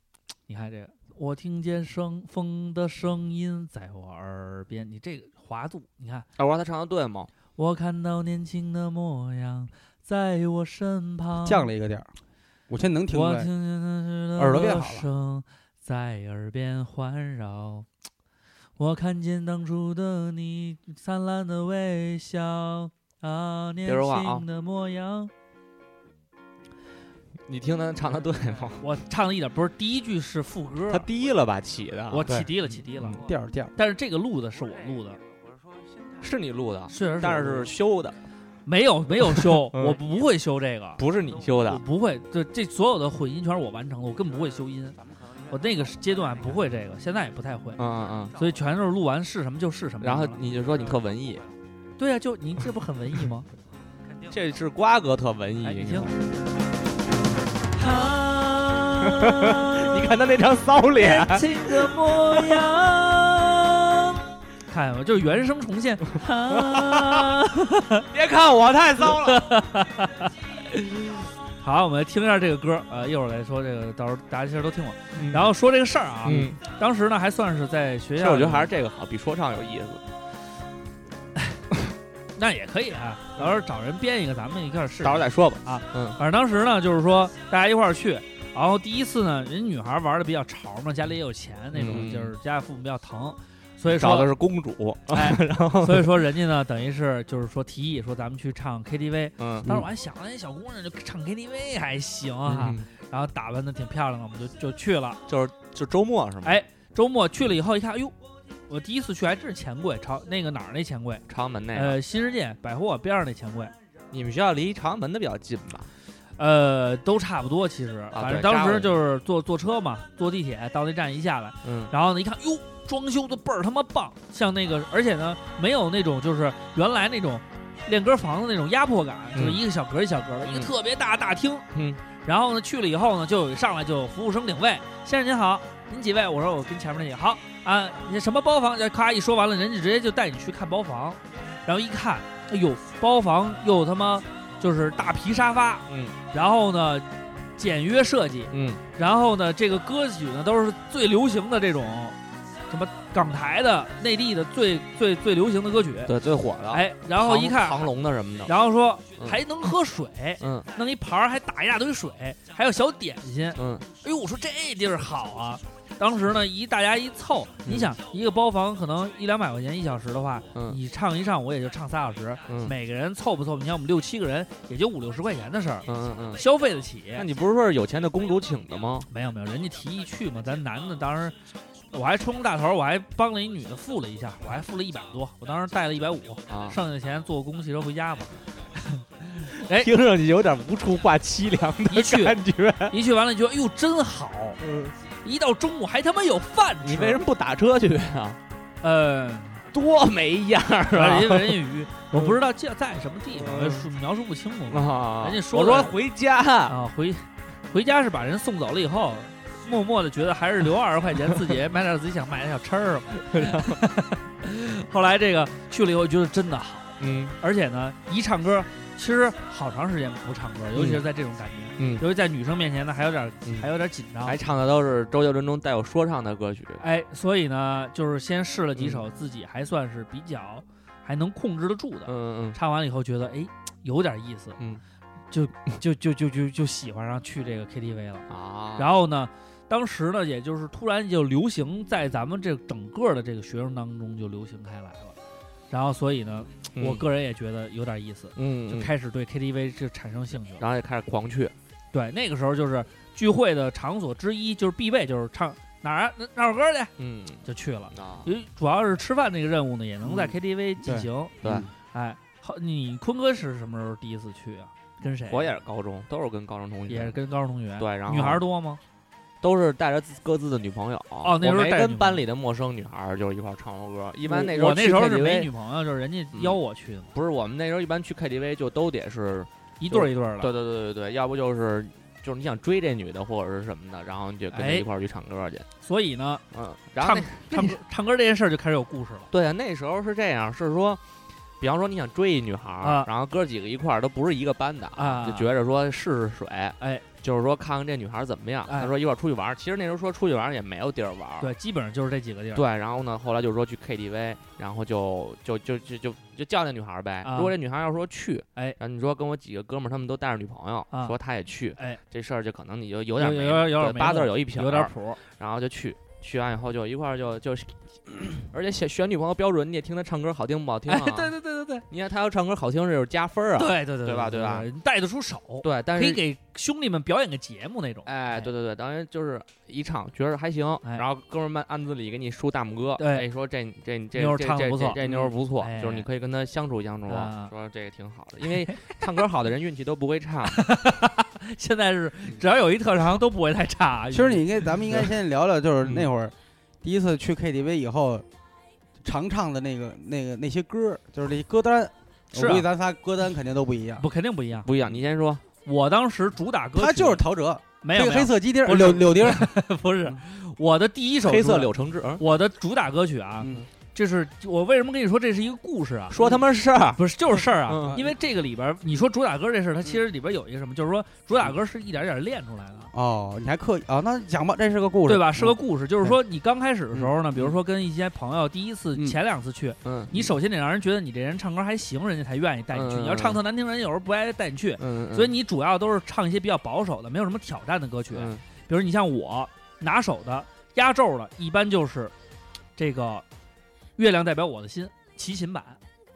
你看这个，我听见声风的声音在我耳边，你这个滑度，你看。
哎，我说他唱的对吗？
我看到年轻的模样在我身旁，
降了一个调儿，我现在能听出
啊我
来
听。见那
耳朵变好了
声在耳边环绕。我看见当初的你灿烂的微笑啊，年
说话啊
轻的模样。
你听他唱的对吗？
我唱的一点不是，第一句是副歌，
他嗯低了吧起的，
我
对
起低了，起低了。
嗯调儿调儿，
但是这个录的是我录的，
是你录的，
确实我录的，
嗯但是是修的，
没有没有修，
嗯
我不会修这个。
不是你修
我
的。
不会，这这所有的混音全是我完成的，我根本不会修音，我那个阶段不会这个，现在也不太会，
嗯嗯
所以全都是录完是什么就是什
嗯，
么。
然后你就说你特文艺，
对啊，就你这不很文艺吗？
这是瓜哥特文艺。
哎，你
知
听
道吗，你看他那张骚脸，
轻的模样，看见吗？就是原声重现。啊
别看我太骚 了。
好，我们听一下这个歌，呃，一会儿再说这个，到时候大家其实都听过。然后说这个事儿啊，
嗯，
当时呢还算是在学
其
校
实
里，
我觉得还是这个好，比说唱有意思。
那也可以啊，到时候找人编一个，咱们一块儿试试。
到时候再说吧。
反正当时呢，就是说大家一块儿去，然后第一次呢，人女孩玩的比较潮嘛，家里也有钱那种，
嗯
就是家里父母比较疼，所以
找的
说，
是公主，
哎，
然后
所以说人家呢，等于是就是说提议说咱们去唱 KTV。
嗯
当时我还想，哎，小姑娘就唱 KTV 还行啊，
嗯
然后打扮的挺漂亮的，我们就就去了。
就是就周末是吗？
哎，周末去了以后一看，哎呦，我第一次去还真是钱柜，朝那个哪儿那钱柜，呃
朝阳门那个，
呃，新世界百货边上那钱柜。
你们学校离朝阳门的比较近吧？
呃，都差不多其实，反
对
正当
扎
时
过
就是坐坐车嘛，坐地铁到那站一下来，
嗯，
然后呢一看，哟，装修的倍儿他妈棒，像那个，而且呢没有那种就是原来那种练歌房的那种压迫感，
嗯
就是一个小格儿一小格儿的，一个
嗯
特别大的大厅。
嗯，
然后呢去了以后呢，就有上来就服务生领位，先生您好，您几位？我说我跟前面那几个好啊，你什么包房？这咔一说完了，人家直接就带你去看包房，然后一看，哎呦，包房又他妈就是大皮沙发，
嗯，
然后呢简约设计，
嗯，
然后呢，这个歌曲呢都是最流行的这种，什么港台的、内地的最最最流行的歌曲。
对，最火的。，
哎，然后一看，
长龙的什么的，
然后说
嗯
还能喝水，
嗯
弄一盘儿还打一大堆水，还有小点心。
嗯
哎呦，我说这地儿好啊！当时呢，一大家一凑，
嗯
你想一个包房可能一两百块钱一小时的话，
嗯
你唱一唱午我也就唱仨小时，
嗯
每个人凑不凑？你看我们六七个人，也就五六十块钱的事儿，
嗯嗯嗯。
消费得起。
那你不是说是有钱的公主请的吗？
没有没有，人家提议去嘛，咱男的当时我还冲大头，我还帮了一女的付了一下，我还付了一百多，我当时带了一百五，
啊，
剩下的钱坐公共汽车回家嘛。哎，
听上去有点无处话凄凉
一去
觉。
一去完了你觉得，哎呦真好，一到中午还他妈有饭吃。
嗯你为什么不打车去啊？
呃，
多没样儿啊！
人家人家鱼，我不知道这在什么地方，我述描述不清楚。
嗯啊
人家说
我
的
说回家，
啊，回回家是把人送走了以后，默默的觉得还是留二十块钱，自己买点自己想买的小吃儿吧。 后来这个去了以后，觉得真的好，
嗯
而且呢，一唱歌，其实好长时间不唱歌，尤其是在这种感觉，
嗯，
尤其在女生面前呢，还有点
嗯
还有点紧张
还。唱的都是周杰伦中带有说唱的歌曲。
哎，所以呢，就是先试了几
嗯
首自己还算是比较还能控制得住的，
嗯嗯
唱完了以后觉得哎有点意思，
嗯
就就就就就就喜欢上去这个 KTV 了。
嗯啊，
然后呢，当时呢，也就是突然就流行在咱们这整个的这个学生当中就流行开来了。然后，所以呢，
嗯
我个人也觉得有点意思，
嗯啊
就
嗯，
开始对 KTV 就产生兴趣了。
然后也开始狂去，
对，那个时候就是聚会的场所之一，就是必备，就是唱哪儿啊哪哪首歌去
嗯
就去了。
啊，
因为主要是吃饭这个任务呢，也能在
嗯
KTV 进行。
对
嗯
哎，好，你坤哥是什么时候第一次去啊？跟谁？
我也是高中，都是跟高中同学，
也是跟高中同学。
对，然后
女孩儿多吗？
都是带着自各自的女朋友。
哦那时候
我没
带着女朋友
跟班里的陌生女孩儿就是一块儿唱过歌。一般那时
我
候
我那时候是
去 KTV
没女朋友，就是人家
嗯
邀我去的，
不是我们那时候一般去 KTV 就都得是，
一对儿一对儿的。
对对对对对，要不就是就是你想追这女的或者是什么的，然后你就跟她
哎
一块儿去唱歌去。
所以呢，
嗯，然后
唱
那
唱歌唱歌这件事儿就开始有故事了。
对啊，那时候是这样，是说，比方说你想追一女孩儿，
啊
然后哥几个一块儿都不是一个班的
啊
就觉着说试试水，
哎，
就是说看看这女孩儿怎么样。
哎
他说一块儿出去玩儿，其实那时候说出去玩儿也没有地儿玩儿，
对，基本上就是这几个地儿。
对，然后呢，后来就说去 KTV，然后就就就就就就叫那女孩儿呗。
啊
如果这女孩儿要说去，
哎，
然后你说跟我几个哥们儿他们都带着女朋友，
啊
说她也去，
哎，
这事儿就可能你就
有
有点
有
没
有点有点
对
没
八字儿
有
有一撇，
有点，谱。
然后就去。去完以后就一块儿就 就，而且选选女朋友标准你也听她唱歌好听不好听、啊
哎，对对对对对
你看她要唱歌好听是有加分儿啊，
对对对
对吧
对
对吧？
你带得出手，
对，但
可以
是
给兄弟们表演个节目那种。
哎，对对对，当然就是一唱觉得还行，
哎
然后哥们儿们暗自里给你竖大拇哥，
对
哎，说这这这
妞儿
这
唱得
这
不错
这这妞儿不错
嗯哎，
就是你可以跟她相处相处
啊，
说这个挺好的，因为唱歌好的人运气都不会差，
现在是只要有一特长都不会太差。啊
其实你应该，咱们应该先聊聊，就是
嗯
那会儿第一次去 KTV 以后，常唱的那个、那个、那些歌，就是那些歌单。
是
我估计
啊
咱仨歌单肯定都不一样。
不肯定不一样。
不一样。你先说，
我当时主打歌曲，
他就是陶喆，
没有
黑嗯
没有
黑色鸡丁儿，
不是
柳柳丁儿，
不是我的第一首
黑
主
色
打
柳橙汁，嗯
我的主打歌曲啊，
嗯
这是我为什么跟你说这是一个故事啊？
说他妈事儿，
不是就是事儿啊，
嗯
因为这个里边儿你说主打歌这事儿，它其实里边有一个什么，就是说主打歌是一点点练出来的。
哦，你还刻意啊？那讲吧，这是个故事，嗯
对吧？是个故事，就是说你刚开始的时候呢，比如说跟一些朋友第一次、
嗯
前两次去，
嗯
你首先得让人觉得你这人唱歌还行，人家才愿意带你去。
嗯
你要唱特难听，人家有时候不爱带你去。
嗯，
所以你主要都是唱一些比较保守的，没有什么挑战的歌曲。
嗯
比如你像我拿手的压轴的，一般就是这个《月亮代表我的心》齐秦版，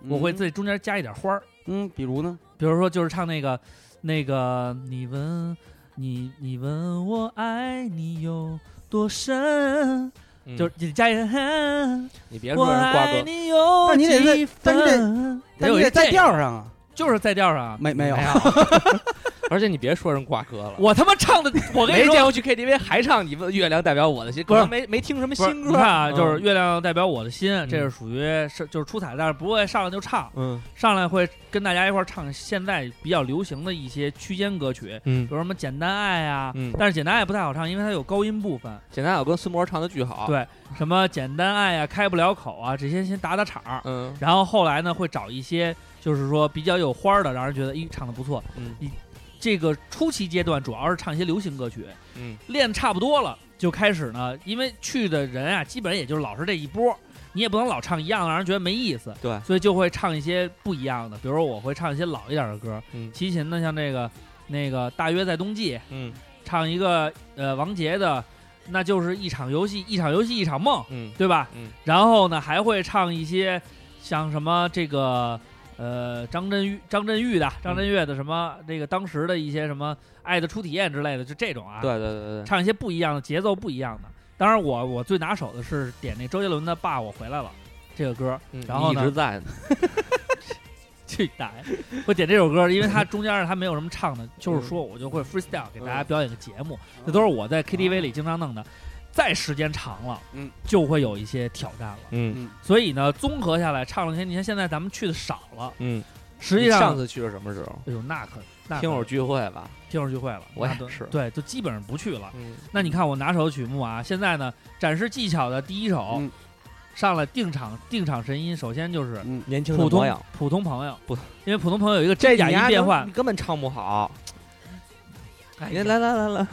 嗯
我会在中间加一点花儿。
嗯，比如呢？
比如说就是唱那个那个你问你你问我爱你有多深，
嗯
就是你加一个
你别
我
说人瓜
爱
哥，
你有
但你得在
几
但你得
分，
但你
有一
得在
这
调上啊，
就是在调上啊，
没没有？
有，而且你别说人挂科了，
我他妈唱的，我跟你
没见
说，
过去 KTV 还唱你问月亮代表我的心，
不是
可能没没听什么
不是
新
你
歌
看啊，
嗯
就是月亮代表我的心，这是属于是就是出彩，但是不会上来就唱，
嗯
上来会跟大家一块儿唱现在比较流行的一些区间歌曲，
嗯
比，如什么简单爱啊，
嗯
但是简单爱不太好唱，因为它有高音部分，
简单，我跟孙博唱的巨好，
对什么简单爱啊，开不了口啊，这些先打打场儿，
嗯
然后后来呢，会找一些就是说比较有花儿的，让人觉得咦唱的不错。
嗯
这个初期阶段主要是唱一些流行歌曲，
嗯
练差不多了就开始呢，因为去的人啊，基本也就是老是这一波，你也不能老唱一样的，让人觉得没意思。
对
所以就会唱一些不一样的，比如说我会唱一些老一点的歌，
嗯
齐秦的像这个那个大约在冬季，
嗯
唱一个呃王杰的，那就是一场游戏，一场游戏一场梦，
嗯
对吧？
嗯
然后呢，还会唱一些像什么这个呃张震岳、张震岳的、
嗯
张震岳的什么这个当时的一些什么《爱的初体验》之类的，就这种啊，
对对对对，
唱一些不一样的节奏不一样的。当然我，我最拿手的是点那周杰伦的《爸，我回来了》这个歌，
嗯
然后
一
呢
直在呢，
去你大爷！我点这首歌，因为它中间它没有什么唱
嗯
的，就是说我就会 freestyle 给大家表演个节目，这都是我在 KTV
嗯
里经常弄的。再时间长了，
嗯，
就会有一些挑战了。
嗯
所以呢，综合下来，唱了些，你看现在咱们去的少了，
嗯，
实际上，
上次去是什么时候？
哎呦，那可那可
听友聚会吧，
听友聚会了，
我
那
也
都
是
对，就基本上不去了。
嗯
那你看我拿手曲目啊，现在呢，展示技巧的第一首，
嗯
上了定场定场神音，首先就是
年轻的
普
模
通
样，
普通朋友，
不，
因为普通朋友有一个
这
真假
你丫
音变
根
换
你，根本唱不好，
哎
你来来来来，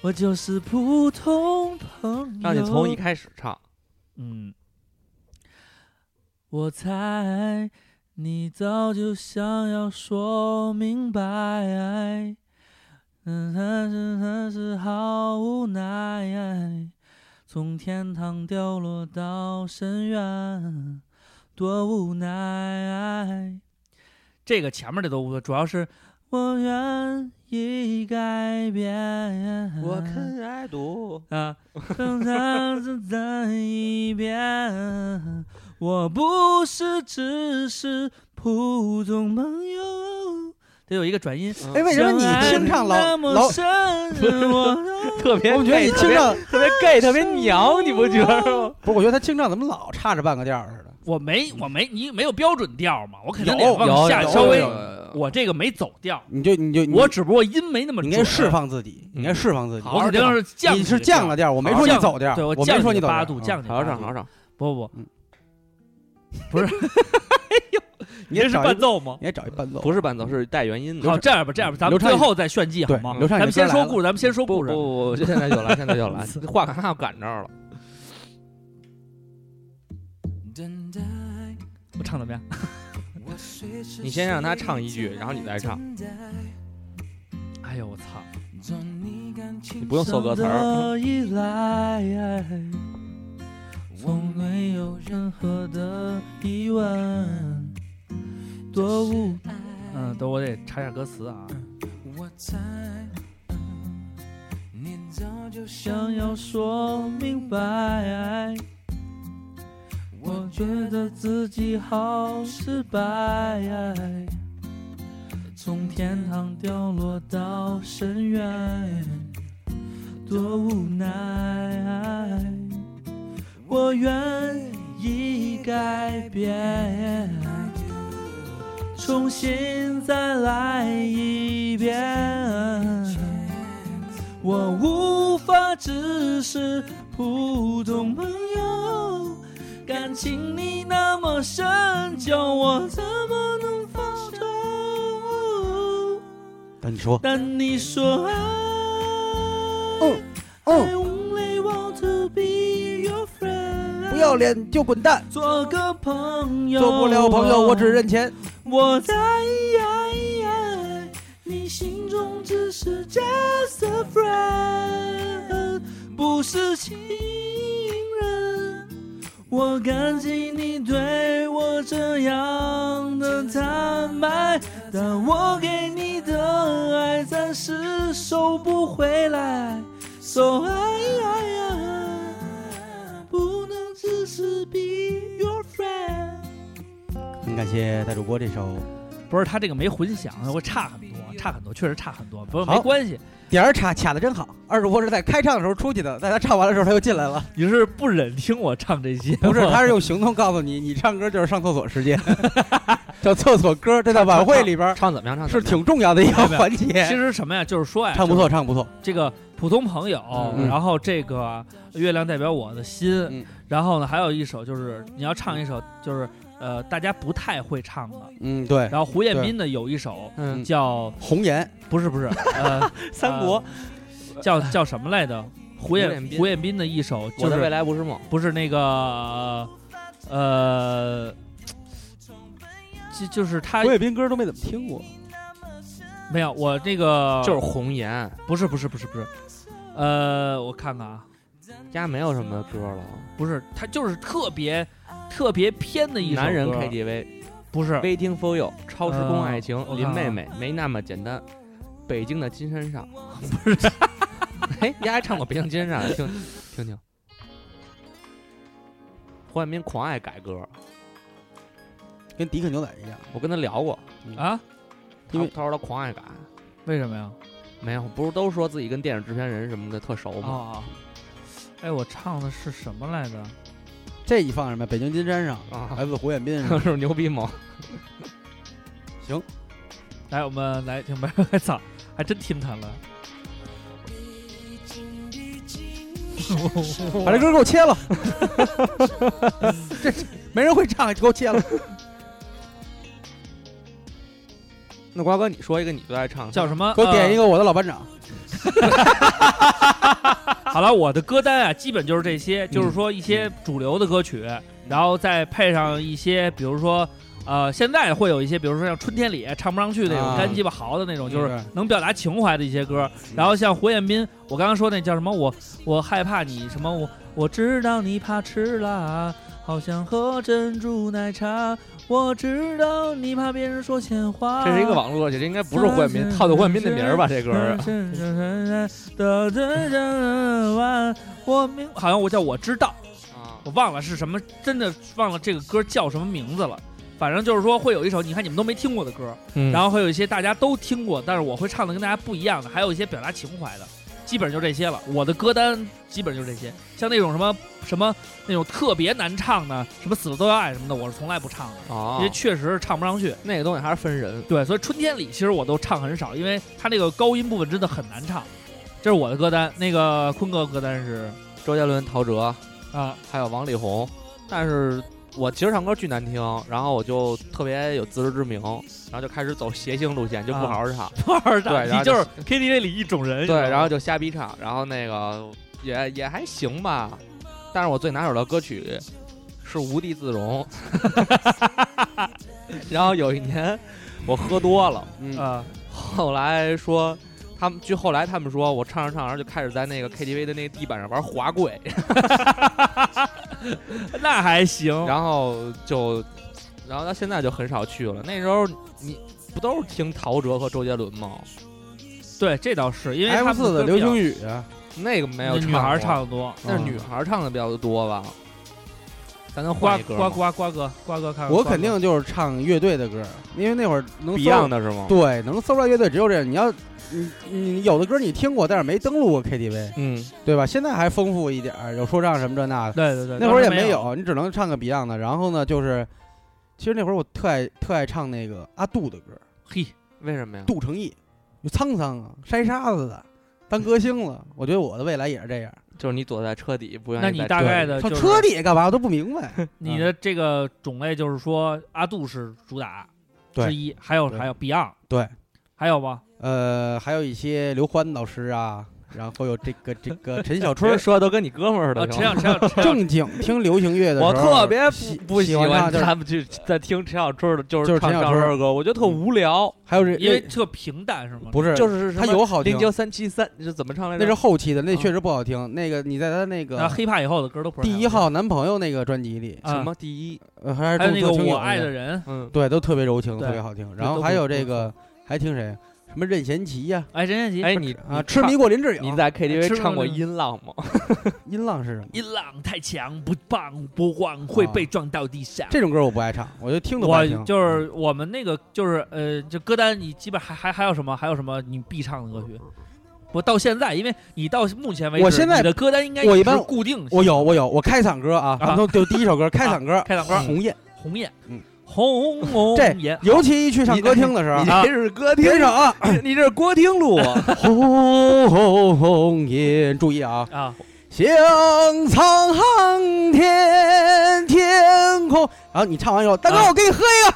我就是普通朋友，
让你从一开始唱，
嗯，我猜你早就想要说明白，嗯，但是但是好无奈，从天堂掉落到深渊，多无奈。这个前面这都无所谓，主要是我愿意改变。
我肯爱读，
啊，等他只在一边。我不是只是普通朋友，得有一个转音。
嗯
哎，为什么你听唱老
那
老
么？深，我都
特别
我觉得你
特
听
别
唱
特别 gay，特别娘，你不觉得吗？
不是，我觉得他清唱怎么老差着半个调儿似的？
我没我没你没有标准调嘛，我肯定得
有
往下
有
稍微
有，
我这个没走调，
你就你就你
我只不过音没那么
你
准。
应该释，放自己，你应该释放自己。
好
我肯定是降，
你是降了。调儿，我没说你
降
走调儿，
对
我
降
没说
你
走调
八
儿
度，
嗯
降你
好好
八
唱，
度
好好唱，
不不
嗯
不，不是，
你
这
也
是
找一
伴，奏吗？
你也找一伴奏，
不是伴奏，是带原音的。
好，这样吧，这样吧，咱们
嗯刘畅
最后再炫技好
对
吗？
刘畅
咱们
已经
先
出来
说
了
故事，咱们先说
不
故事。
不不，现在就来，现在就来，话赶上赶这儿了。
等待，
我唱怎啊么样？
我随时
你先让他唱一句，然后你再唱，
等待，
哎呦，我操！
做你感情
你不用搜歌词儿。
依赖，我没有任何的疑问，多无。嗯，等我得查一下歌词啊。
我猜，嗯你早就
想
想要
要说明白，我觉得自己好失败，从天堂掉落到深渊，多无奈。我愿意改变，重新再来一遍。我无法只是普通朋友，感情你那么深，叫我怎么能放手？
但你说，
但你说爱、
嗯
I
嗯，
only want to be your friend，
不要脸就滚蛋，
做个朋友，
做不了朋友我只认钱。
我在你心中只是 just a friend，不是情人。我感激你对我这样的坦白，但我给你的爱暂时收不回来。So I 不能只是 be your friend。
嗯很感谢大主播这首，
不是他这个没混响，会差很多。差很多，确实差很多，不过
好
没关系。
点儿卡卡的真好。二主播是在开唱的时候出去的，在他唱完的时候他又进 来了。
你是不忍听我唱这些吗？
不是，他是用行动告诉你，你唱歌就是上厕所时间， 叫厕所歌，这在晚会里边 儿
唱怎么样？唱
是挺重要的一个环
其
哎
节。
实什么呀， 就是说呀，
唱不错，唱不错，
这个普通朋友，
嗯
然后这个月亮代表我的心，
嗯
然后呢还有一首就是你要唱一首就是呃大家不太会唱的，
嗯，对，
然后胡彦斌的有一首
嗯，
叫
红颜，
不是不是 呃
三国，
叫叫什么来着？胡
胡
彦
彦斌
胡彦斌的一首
我
就
的未
是
来不是梦，
不是那个呃。就就是他
郭岳斌歌都没怎么听过。
没有我这个
就是红颜，
不是不是不是不是，呃，我看看啊，
家没有什么歌了。
不是，他就是特别特别偏的一首
男人
歌
KTV，
不是
Waiting for You，超时空爱情
呃我，看
林
看啊
妹妹没那么简单，北京的金山上，不是？ 哎，丫还唱过《北京金山上》，听听听。胡彦斌狂爱改歌，
跟迪克牛仔一样，
我跟他聊过，
啊？
他
因为
他说他狂爱改，
为什么呀？
没有，不是都说自己跟电影制片人什么的特熟
哦
吗？
哦，哎，我唱的是什么来着？
这一放什么？北京金山上，
啊，
来自胡 彦斌。
是牛逼吗？
来，我们来听吧。 操，还真听他 了。
把这歌给 我切了， 这没人会唱，给我切 了。
那瓜哥，你说一个你最爱唱的
叫什么？
给我点一
个。
个我的老班长。
呃好了，我的歌单啊，基本就是这些，就是说一些主流的歌曲，然后再配上一些，比如说。呃，现在会有一些，比如说像春天里唱不上去那种
啊
干鸡巴嚎的那种，就是
嗯
能表达情怀的一些歌。然后像胡彦斌，我刚刚说那叫什么？我我害怕你什么？我我知道你怕吃辣，好想喝珍珠奶茶。我知道你怕别人说闲话。
这是一个网络歌曲，这应该不是胡彦斌，套的胡彦斌的名儿吧？这歌儿
我明好像我叫我知道，
啊，
我忘了是什么，真的忘了这个歌叫什么名字了。反正就是说会有一首你看你们都没听过的歌，
嗯
然后会有一些大家都听过，但是我会唱的跟大家不一样的，还有一些表达情怀的，基本就这些了。我的歌单基本就这些，像那种什么什么那种特别难唱的，什么死了都要爱什么的，我是从来不唱的，
啊
因为，确实是唱不上去。
那个东西还是分人，
对，所以春天里其实我都唱很少，因为它那个高音部分真的很难唱。这是我的歌单，那个坤哥歌单是
周杰伦、陶喆，
啊，
还有王力宏，但是我其实唱歌巨难听，然后我就特别有自知之明，然后就开始走谐星路线，就不好好唱，
二
对然后
你就是 KTV 里一种人。
对，然后
就
就瞎逼唱，然后那个也也还行吧，但是我最拿手的歌曲是《无地自容》， 然后有一年我喝多了，
嗯，
啊，
后来说。他们据后来他们说，我唱着唱着就开始在那个 KTV 的那个地板上玩滑跪，
那还行。
然后就，然后到现在就很少去了。那时候你不都是听陶喆和周杰伦吗？
对，这倒是因为他
F
们
四的
歌
流
比较
行语啊，
那个没有
那女
过
孩儿，唱的嗯多。
那是女孩儿唱的比较多吧？咱能
瓜
换一歌
瓜
吗
瓜瓜哥，瓜哥看看
我
瓜哥
肯定就是唱乐队的歌，因为那会儿能搜
？Beyond 的是吗？
对，能搜出来乐队只有这。你要你你有的歌你听过，但是没登录过 KTV，
嗯，
对吧？现在还丰富一点儿，有说唱什么这那的。
对对对，
那会儿也
当时
没
没
有，你只能唱个 Beyond 的。然后呢，就是其实那会儿我特爱特爱唱那个阿杜的歌，
嘿，
为什么呀？
杜成义，就沧桑啊，筛沙子的，当歌星了。我觉得我的未来也是这样。
就是你躲在车底，不愿意
那
在
你
车
大概
里
的
唱
就是
车底干嘛？我都不明白。
你的这个种类就是说阿杜是主打
对
之一，还有
对
还有 Beyond，
对，
还有吗？
呃，还有一些刘欢老师啊，然后有这 个这个陈小
春
春
儿，说的都跟你哥们儿似
啊，
的。
陈
行吗
小陈小陈小
正经听流行乐的时候，
我特别
喜
不不
喜
喜
欢
欢
唱就是
他们去在听陈小春儿的，就
就是是陈
唱张
小春儿
的歌，我觉得特无聊。
还有这
因为特平淡是吗？
不是
就是
他有好听
零，九三七三，这怎么唱来着？
那是后期的，那确实不好听。那个你在他
嗯
那
那
个
黑怕以后的歌都不是
第一号男朋友那个专辑里，
啊
什么第一？
呃还是
还有那
中国
个
听友
我
那
爱
个
的人，
嗯，
对，都特别柔情，
对
特别好听。
这
然后
都
还
不
有
不
这
错
个还听谁？什么任贤齐呀
哎，任贤齐，
哎，你
啊，
你
痴迷
唱
过林志颖，
你在
吃
KTV
过
唱过
那个
音浪吗？
音浪是什么？
一浪太强，不棒不晃，会
啊
被撞到地上。
这种歌我不爱唱，我就听都不爱
我
听。
就是我们那个就是呃，就歌单你基本还还还有什么还有什么你必唱的歌曲？我到现在，因为你到目前为止，
我现在
你的歌单应该
我一
也是
般
固定性的，
我有我有，我开嗓歌
啊
啊，咱们都就第一首歌开嗓歌，
开嗓歌
红艳，
红艳
嗯，
红红
这
艳，
尤其一去上歌厅的时候
你
啊，
这是歌厅
点一，首啊，
你这是歌厅录啊？
红红红艳，注意啊，
啊，
像苍航天天空。然后你唱完以后，大哥，
啊
我给你喝一个。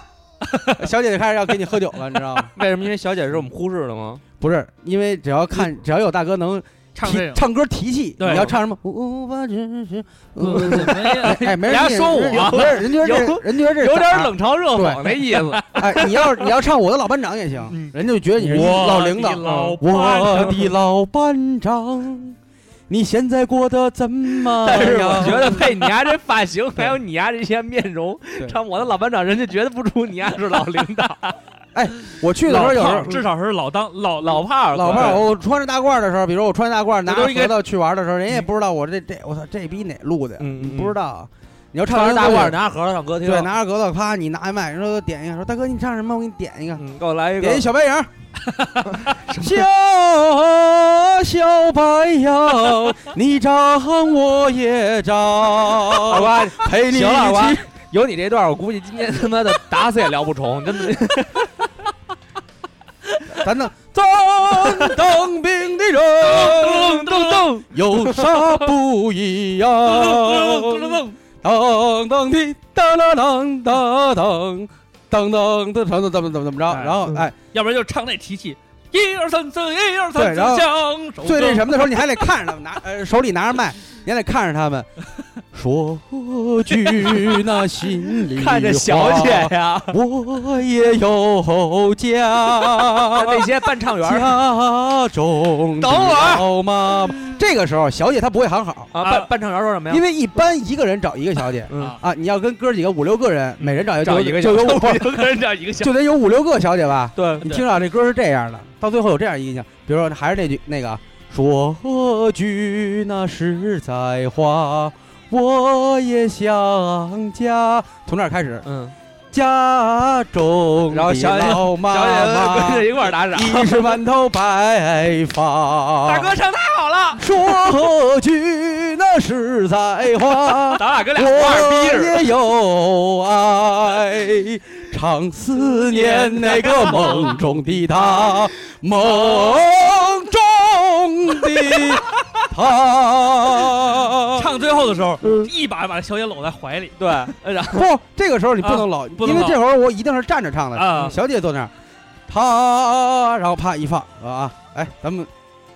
小姐姐开始要给你喝酒了，你知道吗？
为什么？因为小姐是我们忽视的 吗？
不是，因为只要看，只要有大哥能
唱
提
这 个，
唱歌提气，
对
你要唱什么？无法只是，哎，
哎
没人
人家
听
说我
不是，人觉得
有
这，人觉得这
有点
冷。
冷嘲热讽那 意思。
哎，你要是你要唱我的老班长也行
嗯，
人家就觉得你是老领导。嗯
老
我的老班长，你现在过得怎么
但是我
样？
觉得配你家这发型，还有你家这些面容
对，
唱我的老班长，人家觉得不出你家是老领导。
我去的时候有时候
胖至少是老当老
老
老
炮儿，
老炮儿，我穿着大褂儿的时候，比如我穿着大褂儿拿
这都应该
核桃去玩的时候，人家也不知道我这这我操这逼哪路的呀，
嗯嗯嗯
不知道啊。你要
穿
唱
着大褂儿
呢，
拿着盒子上歌厅，
对，拿着核桃，啪，你拿麦，说点一个，说大哥你唱什么？我给你点一个，
嗯，给我来一
点
个
一。小白杨儿，小小白杨，你长我也
二
长，
瓜，
陪你一
行了二瓜
起。
有你这段，我估计今天他妈的打死也聊不成，真的。
咱那咱当兵的人
噔噔噔
有啥不一样？
噔噔噔，
当当的当当当当当当当当当怎么怎么怎么着？
哎
然后哎，
要不然就唱那提气，一二三四，一二三
对
四
然后，
向 手
最那
么
什么的时候，你还得看着他们拿呃手里拿着麦，你还得看着 他们说句那心 里
看着小姐
话，
呀，
我也 有家。
那些伴唱员儿
家 中
等会儿
儿妈妈， 这个时候小姐她不会喊好，
啊，
啊
伴伴唱员儿说什么呀
因？为一般一个人找一个 小姐
嗯
啊
啊，你要跟哥几个五六个人，每人找一个
找
就
一个
就
小
有
姐
五不是
有个人这样一个小
就得有五六个小姐吧。
对，
你
对
听着啊，这歌是这样的，到最后有这样一个印象，比如说还是那句那个啊说句那实在话，我也想家。从这儿开始，
嗯，
家中
然后
的
小姐
老妈
小姐们跟
妈
着一块儿打赏。
已是满头白发。
大哥唱太好了，
说句那实在话，
咱俩跟 俩花儿逼
我
似的。
也有爱，常思念那个梦中的他，梦中的他。
唱最后的时候，
嗯
一把把小野搂在怀里，
对，然后
不，这个时候你不能老，
啊不能
因为
老
这会儿我一定是站着唱的。嗯
啊
小姐坐那儿，她，然后啪一放啊，哎，咱们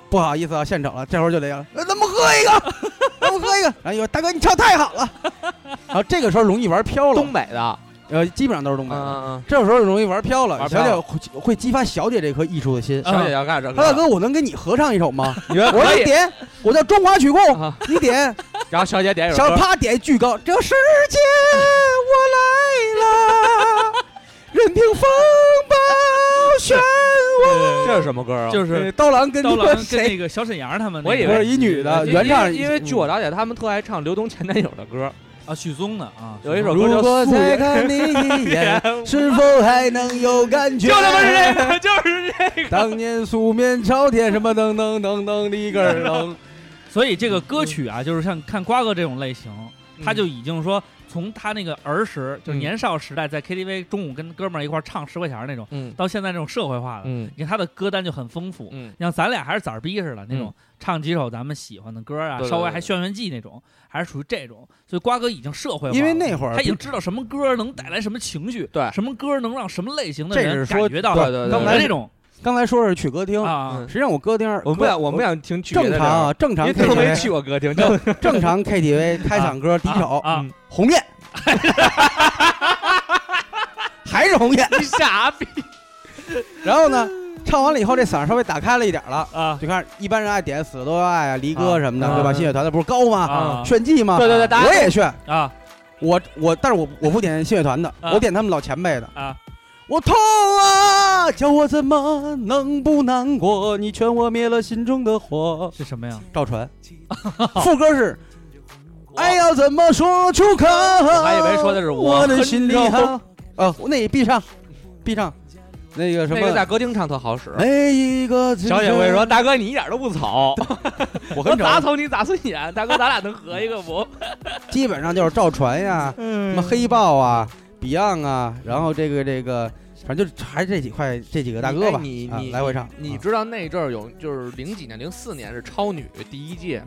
不好意思啊，献丑了，这会儿就得要，呃咱们喝一个，咱们喝一个。然后一会儿大哥你唱太好了， 然后这个时候容易玩飘了
东，北的，
呃，基本上都是东
嗯
北的。
嗯，
这个时候容易玩飘了，
玩
小
飘
姐
了
会会激发小姐这颗艺术的心。
嗯小姐要干什么？
大哥，我能跟你合唱一首吗？
你说
我说
可
你
以。
点，我叫中华曲库，
哎啊哎
你点，
然后小姐点一首
小
歌，
啪点巨高，这世界我来了，任凭风暴漩涡。
这是什么歌
嗯
啊？
就是
刀 郎跟
刀
你
郎
说
跟
谁？
那个小沈阳他们那个，呃
我以
不
为
是一女的
呃因为
原唱，
因为据我了解，他们特爱唱刘东前男友的歌，
啊，许嵩呢啊，
有一首歌
嗯。
叫
如
《
果
素
再
颜》，
看你一眼，是否还能有感觉？
就他妈是这个， 就是这个。
当年素面朝天，什么噔噔噔噔的一根儿噔。
所以这个歌曲啊，就是像看瓜哥这种类型，他就已经说从他那个儿时，就是
嗯
年少时代在 KTV 中午跟哥们儿一块儿唱十块钱儿那种，
嗯
到现在这种社会化的，
嗯
你看他的歌单就很丰富。
嗯，
像咱俩还是崽儿逼似的那种，唱几首咱们喜欢的歌啊，
对对
稍微
对
还
对
炫炫技那种，还是属于这种。所以瓜哥已经社会化了，
因为那会儿
他已经知道什么歌能带来什么情绪，
对
什么歌能让什么类型的
哎这
人
是
感
说
觉到
对对对
我
刚
们
才嗯
这种
刚才说是去歌厅，
啊
实际上我歌厅，
我们不想我们不想听区别
正
的
常啊，正
这个，
常
因为都没
KTV
去过 歌厅，就
正常 KTV 开嗓歌第一首
啊，
嗯
红艳，还是红艳。
你傻逼，
然后呢，唱完了以后，这嗓儿稍微打开了一点儿了，
啊
就看一般人爱点《死都爱》啊、《离歌》什么的，
啊
对吧？
啊
信乐团的不是高吗？
啊
炫技吗？
对对对大家
我也炫。
啊
我我，但是我我不点信乐团的，
啊
我点他们老前辈的
啊。
我痛啊！叫我怎么能不难过？你劝我灭了心中的火。
是什么呀？
赵传，副歌是
哎
爱要怎么说出口？我
还以为说的是我
我的心里
哼着
好。啊，那你闭上，闭上，那个什
那个在
么，
歌厅唱特好使。
每一个
小姐会说：“，大哥，你一点都不草，
我
我
跟
咋
赵
草你咋顺眼？大哥，咱俩能合一个不
基本上就是赵传呀，
嗯
什么黑豹啊、Beyond 啊，然后这个这个，反正就还是这几块这几个大哥吧，
哎你
啊
你
来回唱，？”
你
啊
知道那阵儿有，就是零几年、零四年是超女第一届，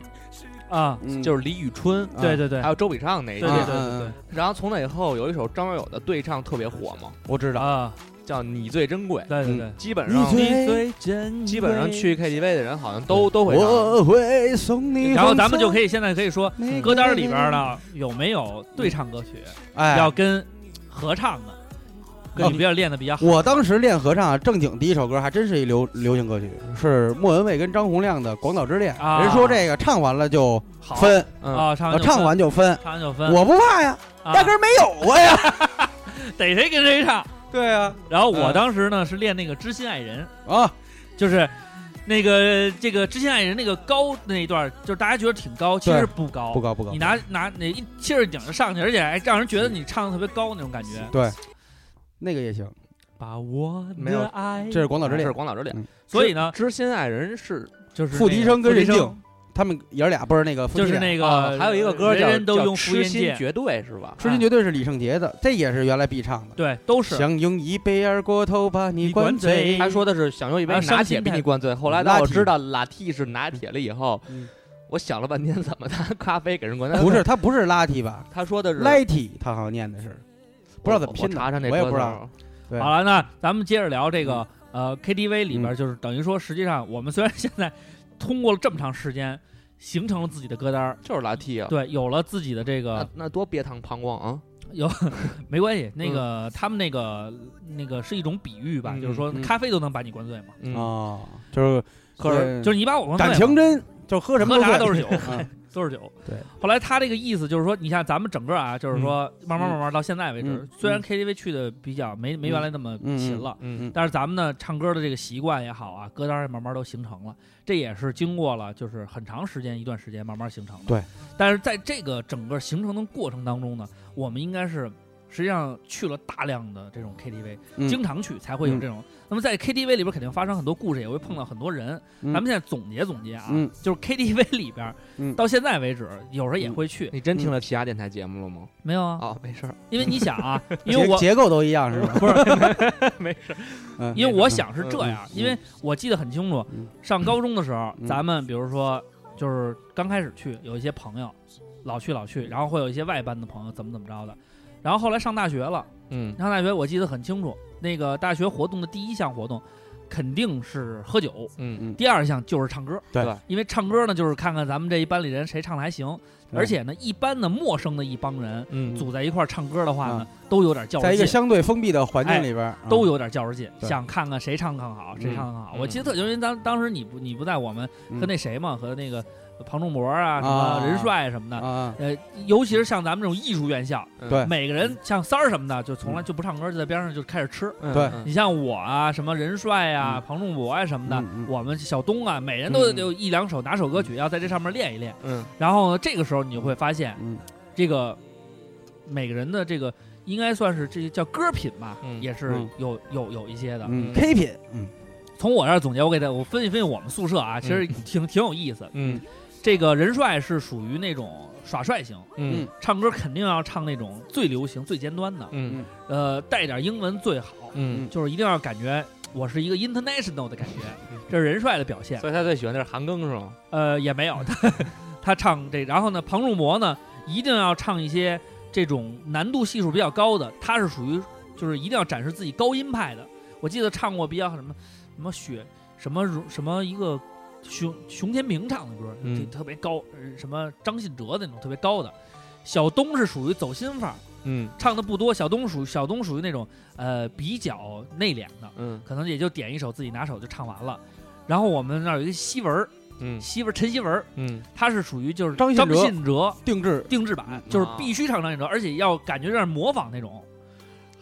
啊，
嗯
就是李宇春
啊
对对对
还，有周笔畅那一
对
届
对。对对
啊
对
然后从那以后有一首张学友的对唱特别火嘛，
我知道，
啊，
叫《你最珍贵》，
对对对，
基本上
最
基本上去 KTV 的人好像都都会唱。
我会送你。
然后咱们就可以现在可以说，
以
歌单里边呢有没有对唱歌曲
哎，啊
要跟合唱的，跟你比较练的比较好
我当时练合唱，正经第一首歌还真是一流流行歌曲，是莫文蔚跟张洪量的《广岛之恋》。
啊
人说这个唱完了就
好
分，
嗯，
啊？唱
我唱完就分，
唱完就分，
我不怕呀，
啊
压根儿没有过呀。
逮谁跟谁唱。
对呀，
然后我
嗯
当时呢是练那个《知心爱人
啊，》，
就是那个这个《知心爱人》那个高那一段，就是大家觉得挺高，其实
对
不高，
不高不高
你，拿拿那一气儿顶着上去，而且还让人觉得你唱的特别高那种感觉。
对，那个也行。
嗯
把我
没有
的爱，
这是《广岛之
这
恋
是《广岛之恋》
嗯
所以呢
知心爱人是》，
就是
付笛声跟
人
任静，他们爷儿俩不是那个夫妻
就
俩，
是那
啊
个
还有一个歌叫
人人都
叫
用福
痴
音
心
剑，
绝对是吧？
痴心绝对是李圣杰的，这也是原来必唱的。
啊对，都是
想用一杯二锅头把你
你管
灌
醉
醉，
他说的是想用一杯
啊
拿
伤
铁
心
逼
态
你灌醉。后来
拿
当我
铁
知道拉 T 是拿铁了以后
嗯，
我想了半天怎么拿咖啡给人灌醉。
不是，他不是拉提吧？
他说的是
l i t 他好像念的是，不知道怎
我
么拼的
我查查那
我也
歌
不
词
知
啊
道
儿。
对嗯
好了，那咱们接着聊这个、呃 KTV 里边，就是等于说，实际上我们虽然现在通过了这么长时间，形成了自己的歌单儿，
就是拉 T 啊。
对，有了自己的这
那
个
那多憋堂膀胱啊！
没关系，那个、
嗯
他们那个那个是一种比喻吧，
嗯
就是说
嗯
咖啡都能把你灌醉嘛，
嗯，
哦，就是
可是
对
就是你把我灌醉嘛，
嗯感情真，就喝什么
喝啥
都
都
醉
是酒。
嗯
都是酒，
对。
后来他这个意思就是说，你像咱们整个啊，就是说慢慢慢慢到现在为止
嗯，
虽然 KTV 去的比较没没原来那么勤了，
嗯
但是咱们呢，唱歌的这个习惯也好啊，歌单也慢慢都形成了，这也是经过了就是很长时间一段时间慢慢形成的。
对，
但是在这个整个形成的过程当中呢，我们应该是实际上去了大量的这种 KTV，、
嗯
经常去才会有这种。那么在 KTV 里边肯定发生很多故事，也会碰到很多人。咱
嗯
们现在总结总结啊，
嗯
就是 KTV 里边、
嗯
到现在为止，有时候也会去，
你真听了其他电台节目了吗？
没有啊？
嗯哦，没事儿，
因为你想 啊，因为
结
我
结构都一样是吧？
不是
没事。
嗯
因为我想是这样，因为我记得很清楚
嗯，
上高中的时候，
嗯
咱们比如说就是刚开始去，有一些朋友老去老去，然后会有一些外班的朋友怎么怎么着的，然后后来上大学了，
嗯，
上大学我记得很清楚，那个大学活动的第一项活动肯定是喝酒，
嗯
第二项就是唱歌，
对
对
因为唱歌呢就是看看咱们这一班里人谁唱的还行，
对
而且呢一般的陌生的一帮人
嗯
组在一块儿唱歌的话呢，都有点较
嗯在一
劲
个。相对封闭的环境里边儿
哎都。有点较着劲，
嗯对
想看看谁唱得更好，谁唱得更好。
嗯
我记得特清楚，因为当当时你不你不在我们
嗯
和那谁嘛，和那个庞仲博啊，什么
啊
任帅什么
啊
的，
啊，
呃，尤其是像咱们这种艺术院校，
嗯
对嗯
每个人像三儿什么的，就从来就不唱歌，就在边上就开始吃。
嗯
对
嗯
你像我啊，什么任帅啊、
嗯
庞仲博啊什么的
嗯，嗯
我们小东啊，每人都
嗯
有一两首拿手歌曲，要在这上面练一练。
嗯，
然后呢，这个时候你就会发现，
嗯
这个每个人的这个应该算是这叫歌品吧，
嗯
也是
嗯
有有有一些的。
嗯
嗯，K 品，嗯，
从我这儿总结，我给大家我分析分析我们宿舍啊，其实挺、挺有意思。
嗯
这个任帅是属于那种耍帅型，
嗯
唱歌肯定要唱那种最流行、最尖端的，
嗯
呃，带点英文最好，
嗯，
就是一定要感觉我是一个 international 的感觉
嗯，
这是任帅的表现。
所以他最喜欢的是韩庚是吗？
呃，也没有，
嗯
他 他唱这，然后呢，庞仲博呢，一定要唱一些这种难度系数比较高的，他是属于就是一定要展示自己高音派的。我记得唱过比较什么什么雪什么如什么一个熊熊天平唱的歌，
嗯
这特别高，呃什么张信哲那种特别高的。小东是属于走心范儿，
嗯
唱的不多。小东属小东属于那种呃比较内敛的，
嗯
可能也就点一首自己拿手就唱完了。然后我们那儿有一个西文儿，
嗯
西文儿陈西文儿，
嗯
它是属于就是
张信
信
哲
哲
定制
啊定制版，就是必须唱张信哲，而且要感觉有点模仿那种。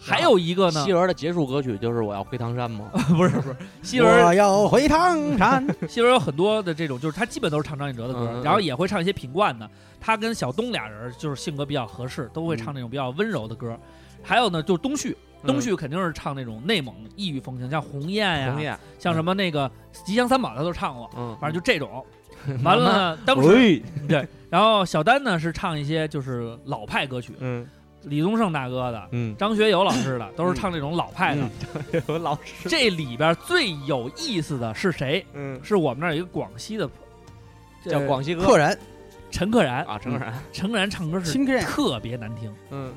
还有一个呢
希，儿的结束歌曲就是我要回唐山吗？
不是不是，希
我
儿
要回 唐山。
希儿有很多的这种，就是他基本都是唱张信哲的歌
嗯，嗯
然后也会唱一些品冠的。他跟小东俩人就是性格比较合适，都会唱那种比较温柔的歌。还有呢，就是东旭，东旭肯定是唱那种内蒙异域风情，像鸿雁嗯呀
红，叶，
像什么那个吉祥三宝他都唱过，
哎嗯，
反正就这 种。完了 呢，当时
喂，
对，然后小丹呢是唱一些就是老派歌曲，
嗯
李宗盛大哥的、
嗯，
张学友老师的，都是唱这种老派的。
有老师，
这里边最有意思的是谁？
嗯，
是我们那儿有一个广西的，这
叫广西歌
客人，
陈可燃。
啊，诚然，
陈可燃唱歌是
亲客人，
特别难听，
嗯，